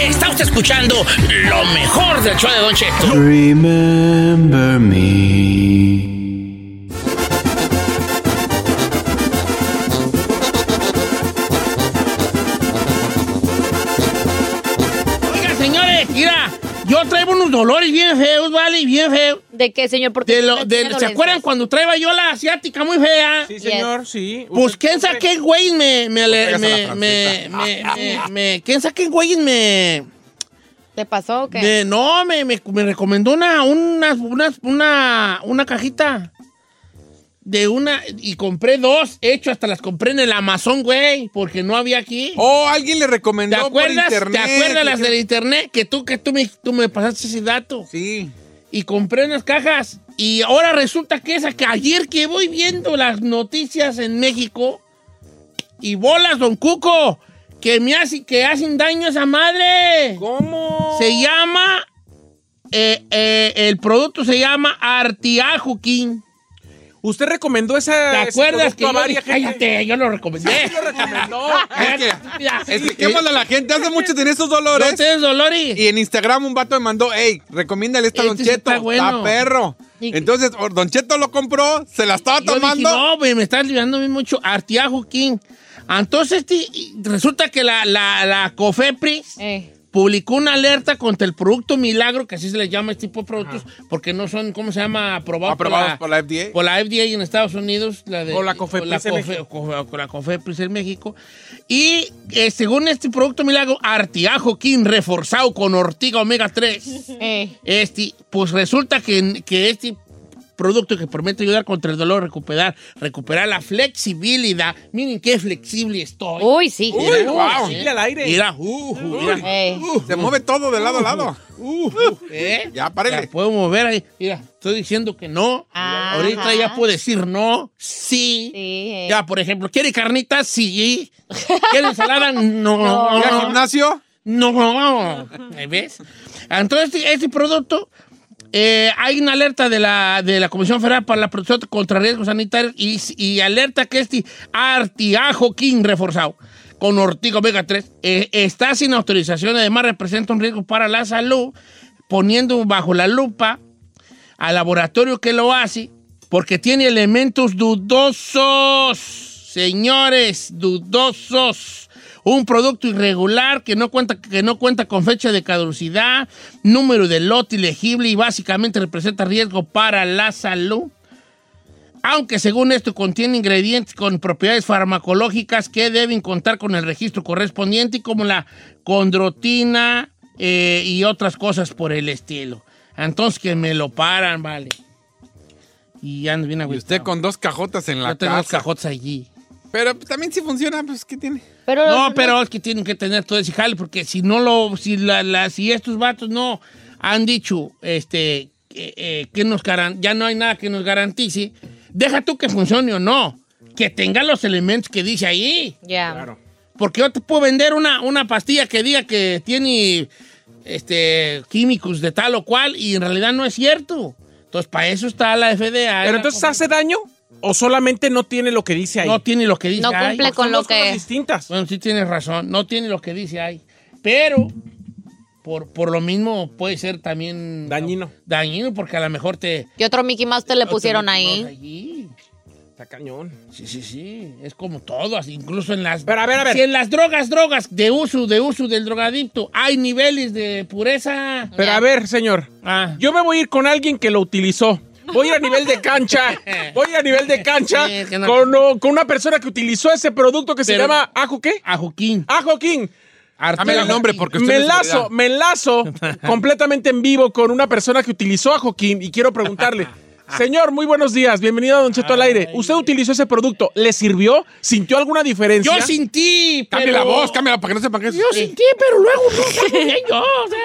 [SPEAKER 2] Está usted escuchando lo mejor del show de Don Cheto.
[SPEAKER 3] Remember me.
[SPEAKER 2] Oiga, señores, mira, yo traigo unos dolores bien feos, vale, bien feos.
[SPEAKER 4] ¿De qué, señor? Porque
[SPEAKER 2] De lo-
[SPEAKER 4] siempre
[SPEAKER 2] de-
[SPEAKER 4] tiene
[SPEAKER 2] ¿Se
[SPEAKER 4] dolencias.
[SPEAKER 2] acuerdan cuando traía yo la asiática muy fea?
[SPEAKER 3] Sí, señor, sí.
[SPEAKER 2] Pues
[SPEAKER 3] Usted-
[SPEAKER 2] quién sabe qué güey me, me, le-
[SPEAKER 3] pegas a la
[SPEAKER 2] me, me, me, me- me- quién sabe qué güey me,
[SPEAKER 4] ¿Te pasó o qué?
[SPEAKER 2] me- no, me, me, me recomendó una, una, una, una, una cajita de una, y compré dos, de hecho hasta las compré en el Amazon, güey, porque no había aquí.
[SPEAKER 5] Oh, alguien le
[SPEAKER 2] ¿Te
[SPEAKER 5] recomendó por
[SPEAKER 2] acuerdas?
[SPEAKER 5] internet.
[SPEAKER 2] ¿Te acuerdas las del internet? Que tú, que tú me, tú me pasaste ese dato.
[SPEAKER 5] Sí.
[SPEAKER 2] Y compré unas cajas. Y ahora resulta que esa que ayer que voy viendo las noticias en México. Y bolas, don Cuco. Que me hace, que hacen daño a esa madre.
[SPEAKER 3] ¿Cómo?
[SPEAKER 2] Se llama. eh, eh, el producto se llama Artiajuquín.
[SPEAKER 3] Usted recomendó esa.
[SPEAKER 2] ¿Te acuerdas que yo,
[SPEAKER 3] a varias
[SPEAKER 2] dije, cállate, yo lo recomendé.
[SPEAKER 3] lo
[SPEAKER 2] [LAUGHS]
[SPEAKER 3] recomendó.
[SPEAKER 5] Es
[SPEAKER 2] Mira,
[SPEAKER 5] que, expliquémosle a la gente, hace mucho tenía esos dolores.
[SPEAKER 2] ¿No tienes dolores?
[SPEAKER 5] Y en Instagram un vato me mandó, hey, recomiéndale esta a Don
[SPEAKER 2] Este sí
[SPEAKER 5] Cheto,
[SPEAKER 2] está
[SPEAKER 5] está,
[SPEAKER 2] bueno.
[SPEAKER 5] perro.
[SPEAKER 4] Y-
[SPEAKER 5] Entonces, o Don Cheto lo compró, se la estaba
[SPEAKER 2] Yo dije,
[SPEAKER 5] tomando.
[SPEAKER 2] no, güey, me estás ayudando bien mucho. Artiajo King. Entonces, ti- resulta que la, la, la COFEPRIS
[SPEAKER 4] Eh.
[SPEAKER 2] publicó una alerta contra el producto milagro, que así se le llama este tipo de productos, porque no son, ¿cómo se llama? Aprobados,
[SPEAKER 5] Aprobados por la FDA.
[SPEAKER 2] Por la FDA en Estados Unidos. La de,
[SPEAKER 3] O la COFEPRIS
[SPEAKER 2] la
[SPEAKER 3] en
[SPEAKER 2] COFE- o co- la COFEPRIS en México. Y eh, según este producto milagro, Artiajo King reforzado con ortiga omega 3.
[SPEAKER 4] Eh.
[SPEAKER 2] Este, pues resulta que, que este producto que promete ayudar contra el dolor, recuperar, recuperar la flexibilidad. Miren qué flexible estoy.
[SPEAKER 4] Uy, sí.
[SPEAKER 5] Uy,
[SPEAKER 2] Mira,
[SPEAKER 5] wow.
[SPEAKER 2] sí.
[SPEAKER 3] Mira al aire.
[SPEAKER 2] Mira, uh, uh, mira,
[SPEAKER 4] Eh.
[SPEAKER 5] Se mueve todo de lado a lado. Uh,
[SPEAKER 2] ¿eh?
[SPEAKER 5] Ya, párele.
[SPEAKER 2] La puedo mover ahí. Mira, estoy diciendo que no.
[SPEAKER 4] Ajá.
[SPEAKER 2] Ahorita ya puedo decir no, sí.
[SPEAKER 4] Sí, eh.
[SPEAKER 2] Ya, por ejemplo, ¿quiere carnita? Sí. ¿Quiere ensalada? No.
[SPEAKER 5] ¿Ir al gimnasio?
[SPEAKER 2] No, ¿me ¿ves? Entonces, este, este producto, eh, hay una alerta de la, de la Comisión Federal para la Protección contra Riesgos Sanitarios y, y alerta que este artiajo King reforzado con ortigo omega 3 eh, está sin autorización, además representa un riesgo para la salud, poniendo bajo la lupa al laboratorio que lo hace porque tiene elementos dudosos, señores, dudosos. Un producto irregular que no, cuenta, que no cuenta con fecha de caducidad, número de lote ilegible y básicamente representa riesgo para la salud. Aunque según esto contiene ingredientes con propiedades farmacológicas que deben contar con el registro correspondiente, como la condrotina eh, y otras cosas por el estilo. Entonces que me lo paran, vale. Y ya bien
[SPEAKER 5] Y usted con dos cajotas en la
[SPEAKER 2] Yo tengo los
[SPEAKER 5] casa.
[SPEAKER 2] cajotes allí.
[SPEAKER 5] Pero pues, también si funciona, pues, ¿qué tiene?
[SPEAKER 4] Pero,
[SPEAKER 2] No, pero es que tienen que tener todo ese jale, porque si no lo, si la, la- si estos vatos no han dicho, este, que, eh, que nos garan- ya no hay nada que nos garantice, deja tú que funcione o no, que tenga los elementos que dice ahí,
[SPEAKER 4] Ya.
[SPEAKER 2] porque yo te puedo vender una, una pastilla que diga que tiene, este, químicos de tal o cual y en realidad no es cierto. Entonces, para eso está la FDA.
[SPEAKER 3] Pero entonces hace daño o solamente no tiene lo que dice ahí.
[SPEAKER 2] no tiene lo que dice
[SPEAKER 4] No
[SPEAKER 2] ahí.
[SPEAKER 4] cumple con
[SPEAKER 3] Son
[SPEAKER 4] lo
[SPEAKER 3] dos cosas
[SPEAKER 4] que.
[SPEAKER 3] distintas.
[SPEAKER 2] Bueno, sí tienes razón. No tiene lo que dice ahí. Pero, por, por lo mismo, puede ser también...
[SPEAKER 3] Dañino.
[SPEAKER 2] Dañino, porque a lo mejor te...
[SPEAKER 4] ¿Qué otro Mickey Mouse te le pusieron
[SPEAKER 2] te-
[SPEAKER 4] ahí?
[SPEAKER 2] allí.
[SPEAKER 3] Está cañón.
[SPEAKER 2] Sí, sí, sí. Es como todo, así, incluso en las...
[SPEAKER 3] Pero a ver, a ver.
[SPEAKER 2] Si en las drogas, drogas de uso, de uso del drogadicto, hay niveles de pureza...
[SPEAKER 3] Pero a ver, señor.
[SPEAKER 2] Ah.
[SPEAKER 3] Yo me voy a ir con alguien que lo utilizó. Voy a ir a nivel de cancha. Voy a ir a nivel de cancha
[SPEAKER 2] Sí, es que no-
[SPEAKER 3] con, oh, con una persona que utilizó ese producto que se
[SPEAKER 2] Pero-
[SPEAKER 3] llama ajo qué?
[SPEAKER 2] A Joaquín.
[SPEAKER 3] Ajo King.
[SPEAKER 5] Dame Ah, el nombre porque usted
[SPEAKER 3] Me
[SPEAKER 5] es de
[SPEAKER 3] enlazo,
[SPEAKER 5] seguridad.
[SPEAKER 3] me
[SPEAKER 5] [LAUGHS]
[SPEAKER 3] enlazo completamente en vivo con una persona que utilizó a Joaquín y quiero preguntarle. Señor, muy buenos días. Bienvenido a Don Cheto al aire. ¿Usted utilizó ese producto? ¿Le sirvió? ¿Sintió alguna diferencia?
[SPEAKER 2] Yo sin ti, pero...
[SPEAKER 5] Cambia la voz, cámbiala para que no sepan qué es.
[SPEAKER 2] Yo sentí, pero luego no sabía [LAUGHS] yo. O sea,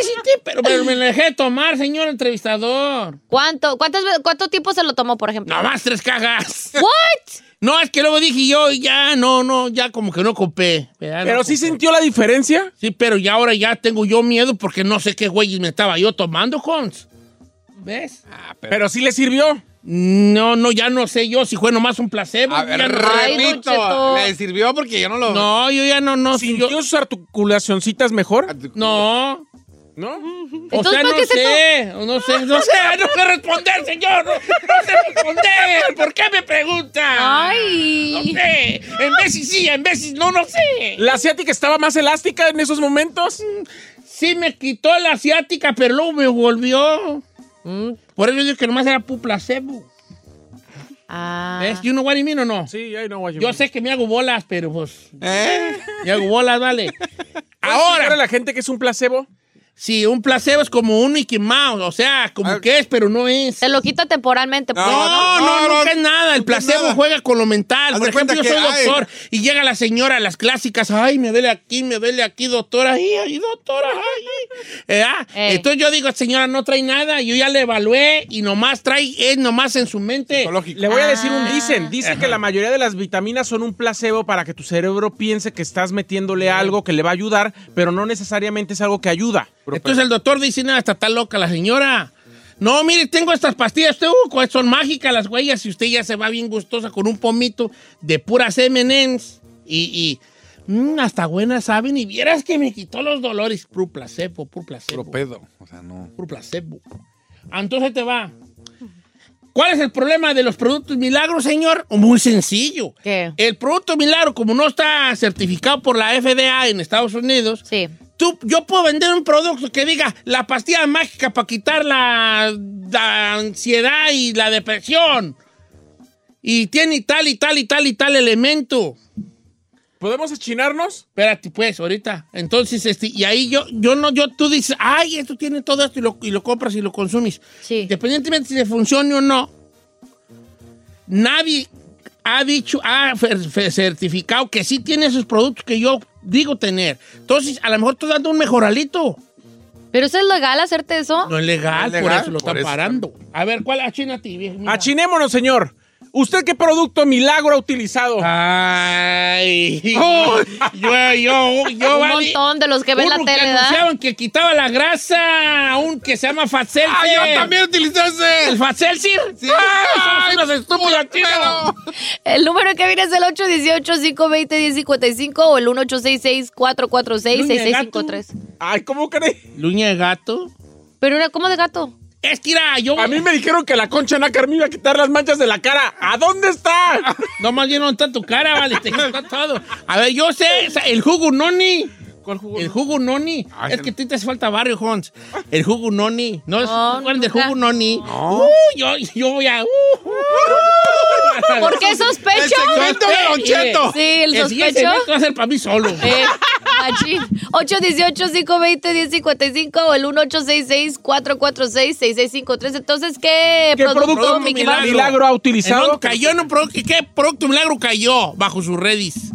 [SPEAKER 2] sí sentí, pero, pero me dejé tomar, señor entrevistador.
[SPEAKER 4] ¿Cuánto, cuántas, ve- ¿Cuánto tiempo se lo tomó, por ejemplo?
[SPEAKER 2] Nada más tres cajas.
[SPEAKER 4] ¿What?
[SPEAKER 2] No, es que luego dije yo, ya, no, no, ya como que no copé. ¿verdad?
[SPEAKER 3] ¿Pero
[SPEAKER 2] No
[SPEAKER 3] sí
[SPEAKER 2] copé.
[SPEAKER 3] sintió la diferencia?
[SPEAKER 2] Sí, pero ya ahora ya tengo yo miedo porque no sé qué güeyes me estaba yo tomando, Cons. ¿Ves?
[SPEAKER 3] ¿Pero sí le sirvió?
[SPEAKER 2] No, no, ya no sé yo si fue nomás un placebo.
[SPEAKER 5] A
[SPEAKER 2] ya
[SPEAKER 5] ver,
[SPEAKER 2] no,
[SPEAKER 4] Ay, Don Cheto.
[SPEAKER 5] repito, le sirvió porque yo no lo...
[SPEAKER 2] no, yo ya no, no. si
[SPEAKER 3] ¿Sintió
[SPEAKER 2] yo-
[SPEAKER 5] Ah,
[SPEAKER 3] sus articulaciones mejor?
[SPEAKER 2] no, ¿No? O
[SPEAKER 4] Entonces,
[SPEAKER 2] sea,
[SPEAKER 4] ¿por
[SPEAKER 2] no
[SPEAKER 4] qué se
[SPEAKER 2] sé, no sé, no sé, no sé responder, señor. No, no sé responder. ¿Por qué me pregunta?
[SPEAKER 4] Ay.
[SPEAKER 2] No sé. En veces sí, en veces no, no sé.
[SPEAKER 3] ¿La asiática estaba más elástica en esos momentos?
[SPEAKER 2] Sí me quitó la asiática, pero luego me volvió. Por eso digo que nomás era pu placebo.
[SPEAKER 4] Ah.
[SPEAKER 2] ¿Ves? ¿You know what I mean o no?
[SPEAKER 3] Sí, ahí no,
[SPEAKER 2] Yo sé que me hago bolas, pero pues... Me hago bolas, vale.
[SPEAKER 3] Ahora
[SPEAKER 2] Ahora,
[SPEAKER 3] la gente que es un placebo.
[SPEAKER 2] sí, un placebo es como un Mickey Mouse, o sea, como
[SPEAKER 5] Ah.
[SPEAKER 2] que es, pero no es.
[SPEAKER 4] Se lo quita temporalmente. pues.
[SPEAKER 2] No,
[SPEAKER 5] No,
[SPEAKER 2] no,
[SPEAKER 5] no,
[SPEAKER 2] nunca es
[SPEAKER 5] no,
[SPEAKER 2] nada. El
[SPEAKER 5] nunca es
[SPEAKER 2] placebo
[SPEAKER 5] nada.
[SPEAKER 2] juega con lo mental.
[SPEAKER 5] Haz
[SPEAKER 2] Por
[SPEAKER 5] de cuenta
[SPEAKER 2] ejemplo, yo
[SPEAKER 5] que,
[SPEAKER 2] soy
[SPEAKER 5] ay.
[SPEAKER 2] doctor y llega la señora, las clásicas, ay, me duele aquí, me duele aquí, doctora, ay, ay, doctora, ay. Eh, ah,
[SPEAKER 4] Ey.
[SPEAKER 2] Entonces yo digo, señora, no trae nada, yo ya le evalué y nomás trae, es nomás en su mente.
[SPEAKER 5] Psicológico.
[SPEAKER 3] Le voy a decir un dicen. Dicen que la mayoría de las vitaminas son un placebo para que tu cerebro piense que estás metiéndole algo que le va a ayudar, pero no necesariamente es algo que ayuda.
[SPEAKER 2] Entonces el doctor dice, nada, está tan loca la señora. No, mire, tengo estas pastillas, usted, uh, cu- son mágicas las huellas y usted ya se va bien gustosa con un pomito de puras M&M's y, y, mm, hasta buenas saben y vieras que me quitó los dolores. Puro placebo, puro placebo,
[SPEAKER 5] Puro pedo. O sea, no.
[SPEAKER 2] puro placebo. Entonces te va. ¿Cuál es el problema de los productos milagros, señor? Muy sencillo.
[SPEAKER 4] ¿Qué?
[SPEAKER 2] El producto milagro, como no está certificado por la FDA en Estados Unidos,
[SPEAKER 4] Sí.
[SPEAKER 2] Tú- yo puedo vender un producto que diga la pastilla mágica para quitar la, la ansiedad y la depresión. Y tiene tal y tal y tal y tal elemento.
[SPEAKER 3] ¿Podemos achinarnos?
[SPEAKER 2] Espérate, pues, ahorita. Entonces, este, y ahí yo, yo no, yo, tú dices, ay, esto tiene todo esto y lo, y lo compras y lo consumes.
[SPEAKER 4] Sí.
[SPEAKER 2] Independientemente si le funcione o no, nadie ha dicho, ha fer- fer- certificado que sí tiene esos productos que yo digo tener. Entonces, a lo mejor estoy dando un mejoralito.
[SPEAKER 4] ¿Pero eso es legal hacerte eso?
[SPEAKER 2] No es legal,
[SPEAKER 5] No es legal,
[SPEAKER 2] por eso lo
[SPEAKER 5] por
[SPEAKER 2] están
[SPEAKER 5] eso.
[SPEAKER 2] parando. A ver, ¿cuál? Achínate, vieja, mira.
[SPEAKER 3] Achinémonos, señor. ¿Usted qué producto milagro ha utilizado?
[SPEAKER 2] Ah, Ay. yo, yo, yo,
[SPEAKER 4] Un
[SPEAKER 2] vale.
[SPEAKER 4] montón de los que ven la
[SPEAKER 2] Uno
[SPEAKER 4] tele,
[SPEAKER 2] que
[SPEAKER 4] ¿verdad?
[SPEAKER 2] anunciaban que quitaba la grasa, un que se llama Facel.
[SPEAKER 5] utilicé
[SPEAKER 2] El
[SPEAKER 5] ese!
[SPEAKER 2] Facel, sí. ¡Ay, somos unos estúpidos, tío!
[SPEAKER 4] El número que viene es el 818-520-1055 o el 1866-446-6653.
[SPEAKER 3] Ay, ¿cómo cree?
[SPEAKER 2] Luña de gato.
[SPEAKER 4] Pero una, ¿cómo de gato?
[SPEAKER 2] Es que mira, yo...
[SPEAKER 3] A mí me dijeron que la concha nácar me iba a quitar las manchas de la cara. ¿A dónde
[SPEAKER 5] [LAUGHS]
[SPEAKER 3] está?
[SPEAKER 2] No, más bien no está tu cara, vale, te está todo. A ver, yo sé, o sea, el jugo noni.
[SPEAKER 3] ¿Cuál jugo?
[SPEAKER 2] El jugo noni.
[SPEAKER 5] Ay,
[SPEAKER 2] es que a ti te hace falta barrio, Hons. El jugo noni. No, es
[SPEAKER 4] No,
[SPEAKER 2] ¿cuál del
[SPEAKER 4] nunca.
[SPEAKER 2] jugo noni. Uh, yo, yo voy a. Uh,
[SPEAKER 4] ¿Por qué sospecho? Sí, el
[SPEAKER 2] siguiente
[SPEAKER 4] sospecho.
[SPEAKER 2] segmento va a ser para mí solo.
[SPEAKER 4] Eh, machín. 818-520-1055 o el 1866-446-6653. Entonces, ¿qué,
[SPEAKER 3] ¿Qué producto
[SPEAKER 4] Mickey
[SPEAKER 3] milagro,
[SPEAKER 4] Mouse?
[SPEAKER 3] milagro ha
[SPEAKER 2] ¿En dónde
[SPEAKER 3] utilizado?
[SPEAKER 2] cayó en un producto. ¿Qué producto milagro cayó bajo sus redes?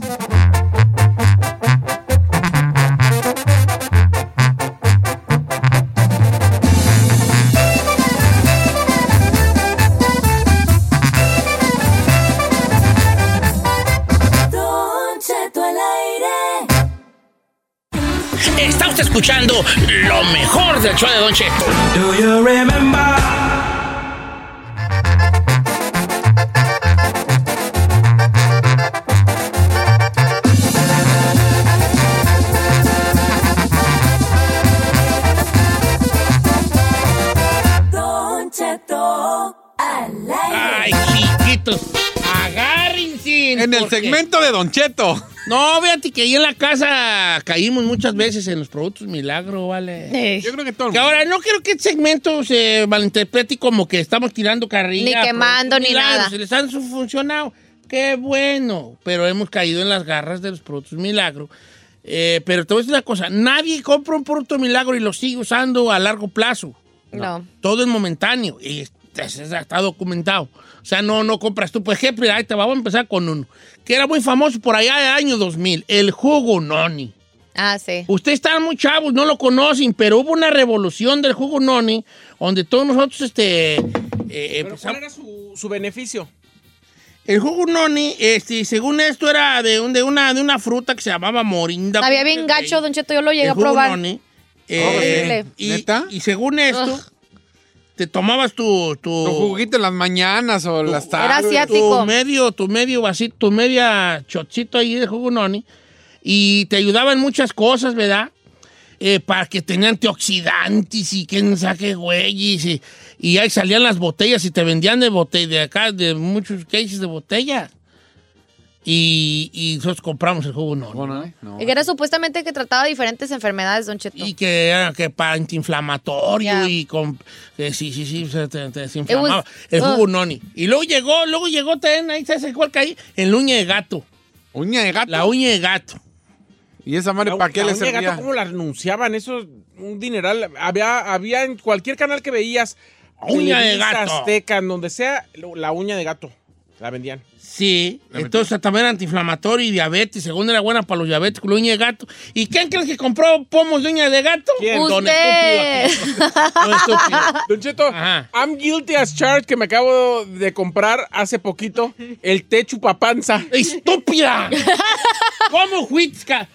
[SPEAKER 7] Don Cheto al aire.
[SPEAKER 2] Está usted escuchando lo mejor del show de Don Cheto.
[SPEAKER 7] Don Cheto al
[SPEAKER 2] Ay,
[SPEAKER 7] aire.
[SPEAKER 2] chiquitos. Agárrense.
[SPEAKER 5] En el
[SPEAKER 2] porque-
[SPEAKER 5] segmento de Don Cheto.
[SPEAKER 2] No, fíjate que ahí en la casa caímos muchas veces en los productos milagro, vale.
[SPEAKER 4] Eh,
[SPEAKER 5] Yo creo que todo el
[SPEAKER 2] Que ahora no quiero que este segmento se malinterprete como que estamos tirando carrilla.
[SPEAKER 4] Ni quemando, ni
[SPEAKER 2] Milagros,
[SPEAKER 4] nada.
[SPEAKER 2] Se les han su- funcionado. Qué bueno. Pero hemos caído en las garras de los productos milagro. Eh, pero te voy a decir una cosa. Nadie compra un producto milagro y lo sigue usando a largo plazo.
[SPEAKER 4] no.
[SPEAKER 2] Todo es momentáneo. Y es- es- es- está documentado. O sea, no, no compras tú. Por ejemplo, ahí te vamos a empezar con uno. Que era muy famoso por allá del año 2000. El jugo noni.
[SPEAKER 4] Ah, sí.
[SPEAKER 2] Ustedes están muy chavos, no lo conocen, pero hubo una revolución del jugo noni, donde todos nosotros, este, eh,
[SPEAKER 3] ¿Pero cuál
[SPEAKER 2] empezamos-
[SPEAKER 3] era su, su beneficio?
[SPEAKER 2] el jugo noni, este, según esto era de, un- de una de una fruta que se llamaba morinda.
[SPEAKER 4] Había bien gacho, Don Cheto, yo lo llegué
[SPEAKER 2] El
[SPEAKER 4] a
[SPEAKER 2] jugo
[SPEAKER 4] probar.
[SPEAKER 2] noni, eh,
[SPEAKER 4] Horrible.
[SPEAKER 2] y,
[SPEAKER 5] ¿Neta?
[SPEAKER 2] y según esto,
[SPEAKER 4] Ugh.
[SPEAKER 2] te tomabas tu tu,
[SPEAKER 5] Tu juguito en las mañanas o las
[SPEAKER 4] Era
[SPEAKER 5] tardes.
[SPEAKER 4] asiático.
[SPEAKER 2] tu medio, tu medio vasito, tu media chocito ahí de jugo noni, y te ayudaban muchas cosas, ¿verdad? eh, para que tenía antioxidantes y quién sabe qué güeyes. Y, y ahí salían las botellas y te vendían de botella, de acá, de muchos cases de botellas. Y, y nosotros compramos el jugo normal.
[SPEAKER 4] Que era supuestamente que trataba diferentes enfermedades, Don Cheto.
[SPEAKER 2] Y que era que para antiinflamatorio
[SPEAKER 4] Ya.
[SPEAKER 2] y con que sí, sí, sí, se te, te desinflamaba.
[SPEAKER 4] It was-
[SPEAKER 2] el jugo
[SPEAKER 4] ugh.
[SPEAKER 2] noni. Y luego llegó, luego llegó también, ahí se hace cuál caí, el uña de gato.
[SPEAKER 5] ¿Uña de gato?
[SPEAKER 2] La uña de gato.
[SPEAKER 5] ¿Y esa madre para qué
[SPEAKER 3] La
[SPEAKER 5] le
[SPEAKER 3] uña de gato,
[SPEAKER 5] servía?
[SPEAKER 3] ¿Cómo la renunciaban? Eso, un dineral. Había, había en cualquier canal que veías.
[SPEAKER 2] Uña de
[SPEAKER 3] Televisa,
[SPEAKER 2] gato.
[SPEAKER 3] Azteca, en donde sea, lo- la uña de gato. La vendían.
[SPEAKER 2] Sí, entonces también era antiinflamatorio y diabetes, según era buena para los diabéticos, la uña de gato. ¿Y quién crees que compró pomos de uña de gato? Don
[SPEAKER 4] Usted.
[SPEAKER 2] estúpido.
[SPEAKER 4] [LAUGHS]
[SPEAKER 2] Don estúpido.
[SPEAKER 3] Don Cheto,
[SPEAKER 2] Ajá.
[SPEAKER 3] I'm guilty as charged que me acabo de comprar hace poquito el té chupapanza.
[SPEAKER 2] ¡Estúpida! ¿Cómo Huitzca?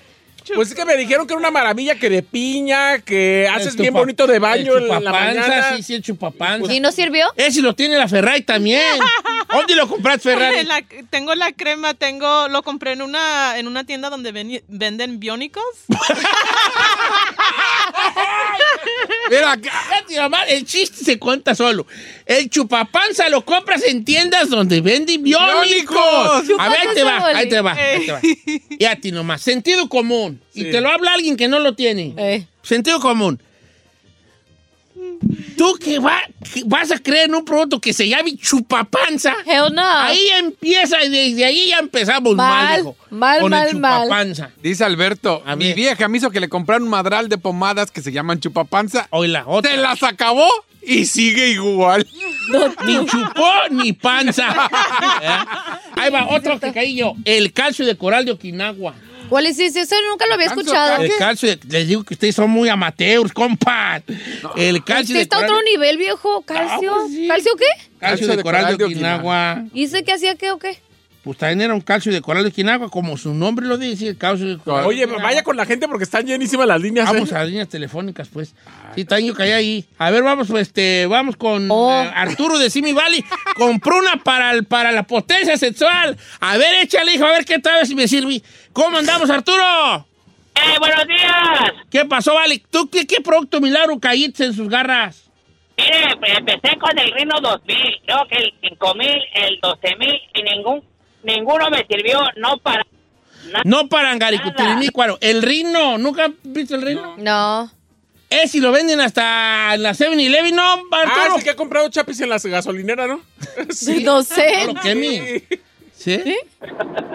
[SPEAKER 3] Pues es que me dijeron que era una maravilla, que de piña, que haces
[SPEAKER 2] El
[SPEAKER 3] bien
[SPEAKER 2] chupa-
[SPEAKER 3] bonito de baño
[SPEAKER 2] el
[SPEAKER 3] en la
[SPEAKER 2] chupapanza,
[SPEAKER 3] mañana.
[SPEAKER 2] Sí, sí, el chupapanza.
[SPEAKER 4] ¿Y no sirvió?
[SPEAKER 2] Ese lo tiene la Ferrari también. ¿Dónde lo compraste, Ferrari?
[SPEAKER 9] La- tengo la crema, tengo, lo compré en una, en una tienda donde ven- venden biónicos.
[SPEAKER 2] Mira, cállate, mamá, el chiste se cuenta solo. El chupapanza lo compras en tiendas donde venden biónicos.
[SPEAKER 5] ¡Biónicos!
[SPEAKER 2] A ver, ahí te va, ahí te va, ahí te va.
[SPEAKER 9] Ey.
[SPEAKER 2] Y a ti nomás. Sentido común. Y te lo habla alguien que no lo tiene.
[SPEAKER 4] Eh.
[SPEAKER 2] Sentido común. Tú que, va- que vas a creer en un producto que se llame chupapanza.
[SPEAKER 4] Hell no.
[SPEAKER 2] Ahí empieza y desde ahí ya empezamos mal,
[SPEAKER 4] Mal,
[SPEAKER 2] hijo,
[SPEAKER 4] mal,
[SPEAKER 2] con el
[SPEAKER 4] mal, mal.
[SPEAKER 2] chupapanza.
[SPEAKER 5] Dice Alberto,
[SPEAKER 2] A
[SPEAKER 5] mi
[SPEAKER 2] ver.
[SPEAKER 5] vieja me hizo que le comprara un madral de pomadas que se llaman chupapanza.
[SPEAKER 2] Hoy la otra.
[SPEAKER 5] Te las acabó y sigue igual.
[SPEAKER 2] Ni chupó ni panza. ¿Eh? Ahí va, otro que caí yo. El calcio de coral de Okinawa.
[SPEAKER 4] ¿Cuál es ese? Eso nunca lo había
[SPEAKER 5] Canso,
[SPEAKER 4] escuchado.
[SPEAKER 2] El calcio de- Les digo que ustedes son muy amateurs, compa. El calcio
[SPEAKER 4] Usted
[SPEAKER 2] de
[SPEAKER 4] está a
[SPEAKER 2] coral.
[SPEAKER 4] otro nivel, viejo. ¿Calcio?
[SPEAKER 2] Ah, pues sí.
[SPEAKER 4] ¿Calcio qué?
[SPEAKER 2] Calcio de coral de Okinawa.
[SPEAKER 4] ¿Y ese qué hacía qué o qué?
[SPEAKER 2] Pues también era un calcio de coral de Okinawa, como su nombre lo dice, el calcio de coral. de
[SPEAKER 3] Oye,
[SPEAKER 2] Okinawa.
[SPEAKER 3] vaya con la gente porque están llenísimas las [LAUGHS] líneas.
[SPEAKER 2] Vamos
[SPEAKER 3] ¿eh?
[SPEAKER 2] a las líneas telefónicas, pues. Sí, también yo caí ahí. A ver, vamos, pues, este, vamos con eh, Arturo de Simi Valley. Compró una para, el- para la potencia sexual. A ver, échale, hijo, a ver qué tal si me sirve. ¿Cómo andamos, Arturo?
[SPEAKER 6] ¡Eh, buenos días!
[SPEAKER 2] ¿Qué pasó, Vale? ¿Tú qué, qué producto milagro caíste en sus garras?
[SPEAKER 6] Mire, pues, empecé con el Rino 2000, creo que el 5000, el 12000 y ningún ninguno me sirvió, no para nada.
[SPEAKER 2] No para angaricutirimicuaro. El rino. ¿Nunca viste el rino?
[SPEAKER 4] No.
[SPEAKER 2] Es si lo venden hasta en la 7-Eleven, ¿no,
[SPEAKER 3] Ah,
[SPEAKER 2] Arturo?
[SPEAKER 3] es el que ha comprado chapis en las gasolineras, ¿no?
[SPEAKER 2] Sí.
[SPEAKER 4] [LAUGHS] No sé.
[SPEAKER 2] Claro que mi. ¿Sí?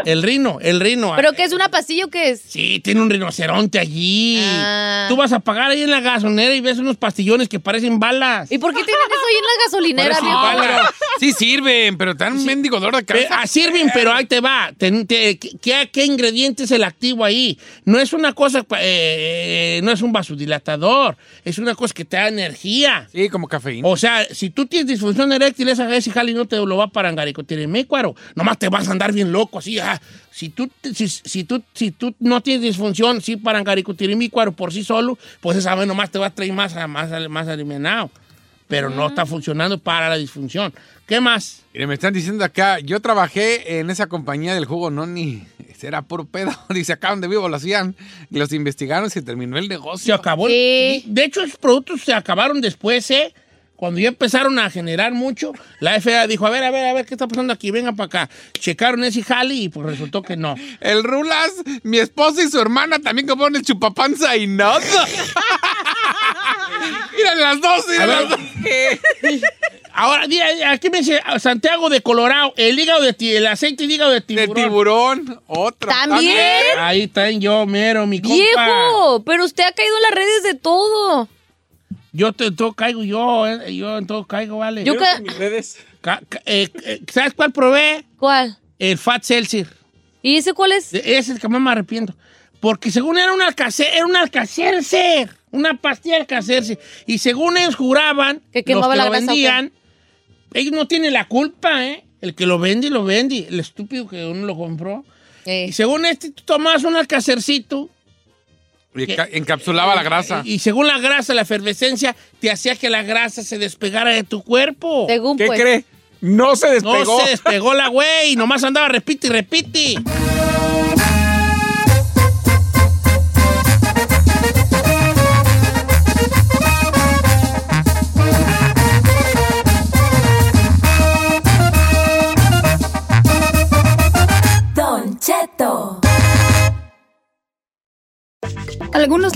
[SPEAKER 2] El rino, el rino.
[SPEAKER 4] ¿Pero qué es una pastilla o qué es?
[SPEAKER 2] Sí, tiene un rinoceronte allí.
[SPEAKER 4] Ah.
[SPEAKER 2] Tú vas a pagar ahí en la gasonera y ves unos pastillones que parecen balas.
[SPEAKER 4] ¿Y por qué tienen eso ahí en la gasolinera,
[SPEAKER 2] Parecen
[SPEAKER 4] viejo?
[SPEAKER 2] balas.
[SPEAKER 5] Sí sirven, pero te dan un mendigo dolor de
[SPEAKER 2] Ve,
[SPEAKER 5] cabeza.
[SPEAKER 2] ah, sirven, pero ahí te va. Ten- te- ¿qué, qué ingrediente es el activo ahí? No es una cosa, eh, eh, no es un vasodilatador, es una cosa que te da energía.
[SPEAKER 5] Sí, como cafeína.
[SPEAKER 2] O sea, si tú tienes disfunción eréctil, esa ese jali no te lo va para angaricotiremécuaro. Nomás te vas a andar bien loco, así. ah. Si, tú, te- si, si tú, si tú no tienes disfunción, sí, para angaricotiremécuaro por sí solo, pues esa vez nomás te va a traer más, a- más, a- más alimentado. Pero no está funcionando para la disfunción. ¿Qué más?
[SPEAKER 5] Mire, me están diciendo acá, yo trabajé en esa compañía del jugo Noni. Ese Era puro pedo. [LAUGHS] Dice, acá donde vivo lo hacían. Los investigaron, se terminó el
[SPEAKER 2] Se
[SPEAKER 5] negocio.
[SPEAKER 2] acabó.
[SPEAKER 4] Sí.
[SPEAKER 2] el- De hecho, esos productos se acabaron después, ¿eh? Cuando ya empezaron a generar mucho, la FDA dijo, a ver, a ver, a ver, ¿qué está pasando aquí? Venga para acá. Checaron ese jale y pues resultó que no.
[SPEAKER 5] El Rulas, mi esposa y su hermana también compraron el chupapanza y [LAUGHS] nada. miren las dos,
[SPEAKER 2] A
[SPEAKER 5] miren
[SPEAKER 2] ver.
[SPEAKER 5] las dos.
[SPEAKER 2] Ahora, di- aquí me dice ah, Santiago de Colorado, el hígado de ti, el aceite de hígado de
[SPEAKER 5] De
[SPEAKER 2] tiburón.
[SPEAKER 5] tiburón, otro.
[SPEAKER 4] ¿También?
[SPEAKER 2] Ahí está en yo, mero, mi compa.
[SPEAKER 4] ¡Viejo! Pero usted ha caído en las redes de todo.
[SPEAKER 2] Yo te- en todo caigo, yo, eh, yo en todo caigo, vale.
[SPEAKER 4] Yo ca-
[SPEAKER 3] Mis redes.
[SPEAKER 2] Ca- ca- eh, eh, ¿Sabes cuál probé?
[SPEAKER 4] ¿Cuál?
[SPEAKER 2] El Fat Seltzer.
[SPEAKER 4] ¿Y ese cuál es?
[SPEAKER 2] Ese es el que más me arrepiento. Porque según era un alcacer, era un alcacercer, una pastilla alcacercer. Y según ellos juraban,
[SPEAKER 4] Que quemaba
[SPEAKER 2] los que
[SPEAKER 4] la
[SPEAKER 2] lo
[SPEAKER 4] grasa, ¿o qué?
[SPEAKER 2] vendían, ellos no tienen la culpa, ¿eh? El que lo vende, lo vende. El estúpido que uno lo compró.
[SPEAKER 4] Eh,
[SPEAKER 2] Y según este, tú tomabas un alcacercito. eh,
[SPEAKER 5] Y enca- encapsulaba la grasa.
[SPEAKER 2] Y según la grasa, la efervescencia, te hacía que la grasa se despegara de tu cuerpo.
[SPEAKER 4] según
[SPEAKER 3] ¿Qué
[SPEAKER 4] pues.
[SPEAKER 3] cree? No se
[SPEAKER 2] no
[SPEAKER 3] despegó.
[SPEAKER 2] se despegó la güey, nomás andaba repite y repite.
[SPEAKER 10] [LAUGHS] algunos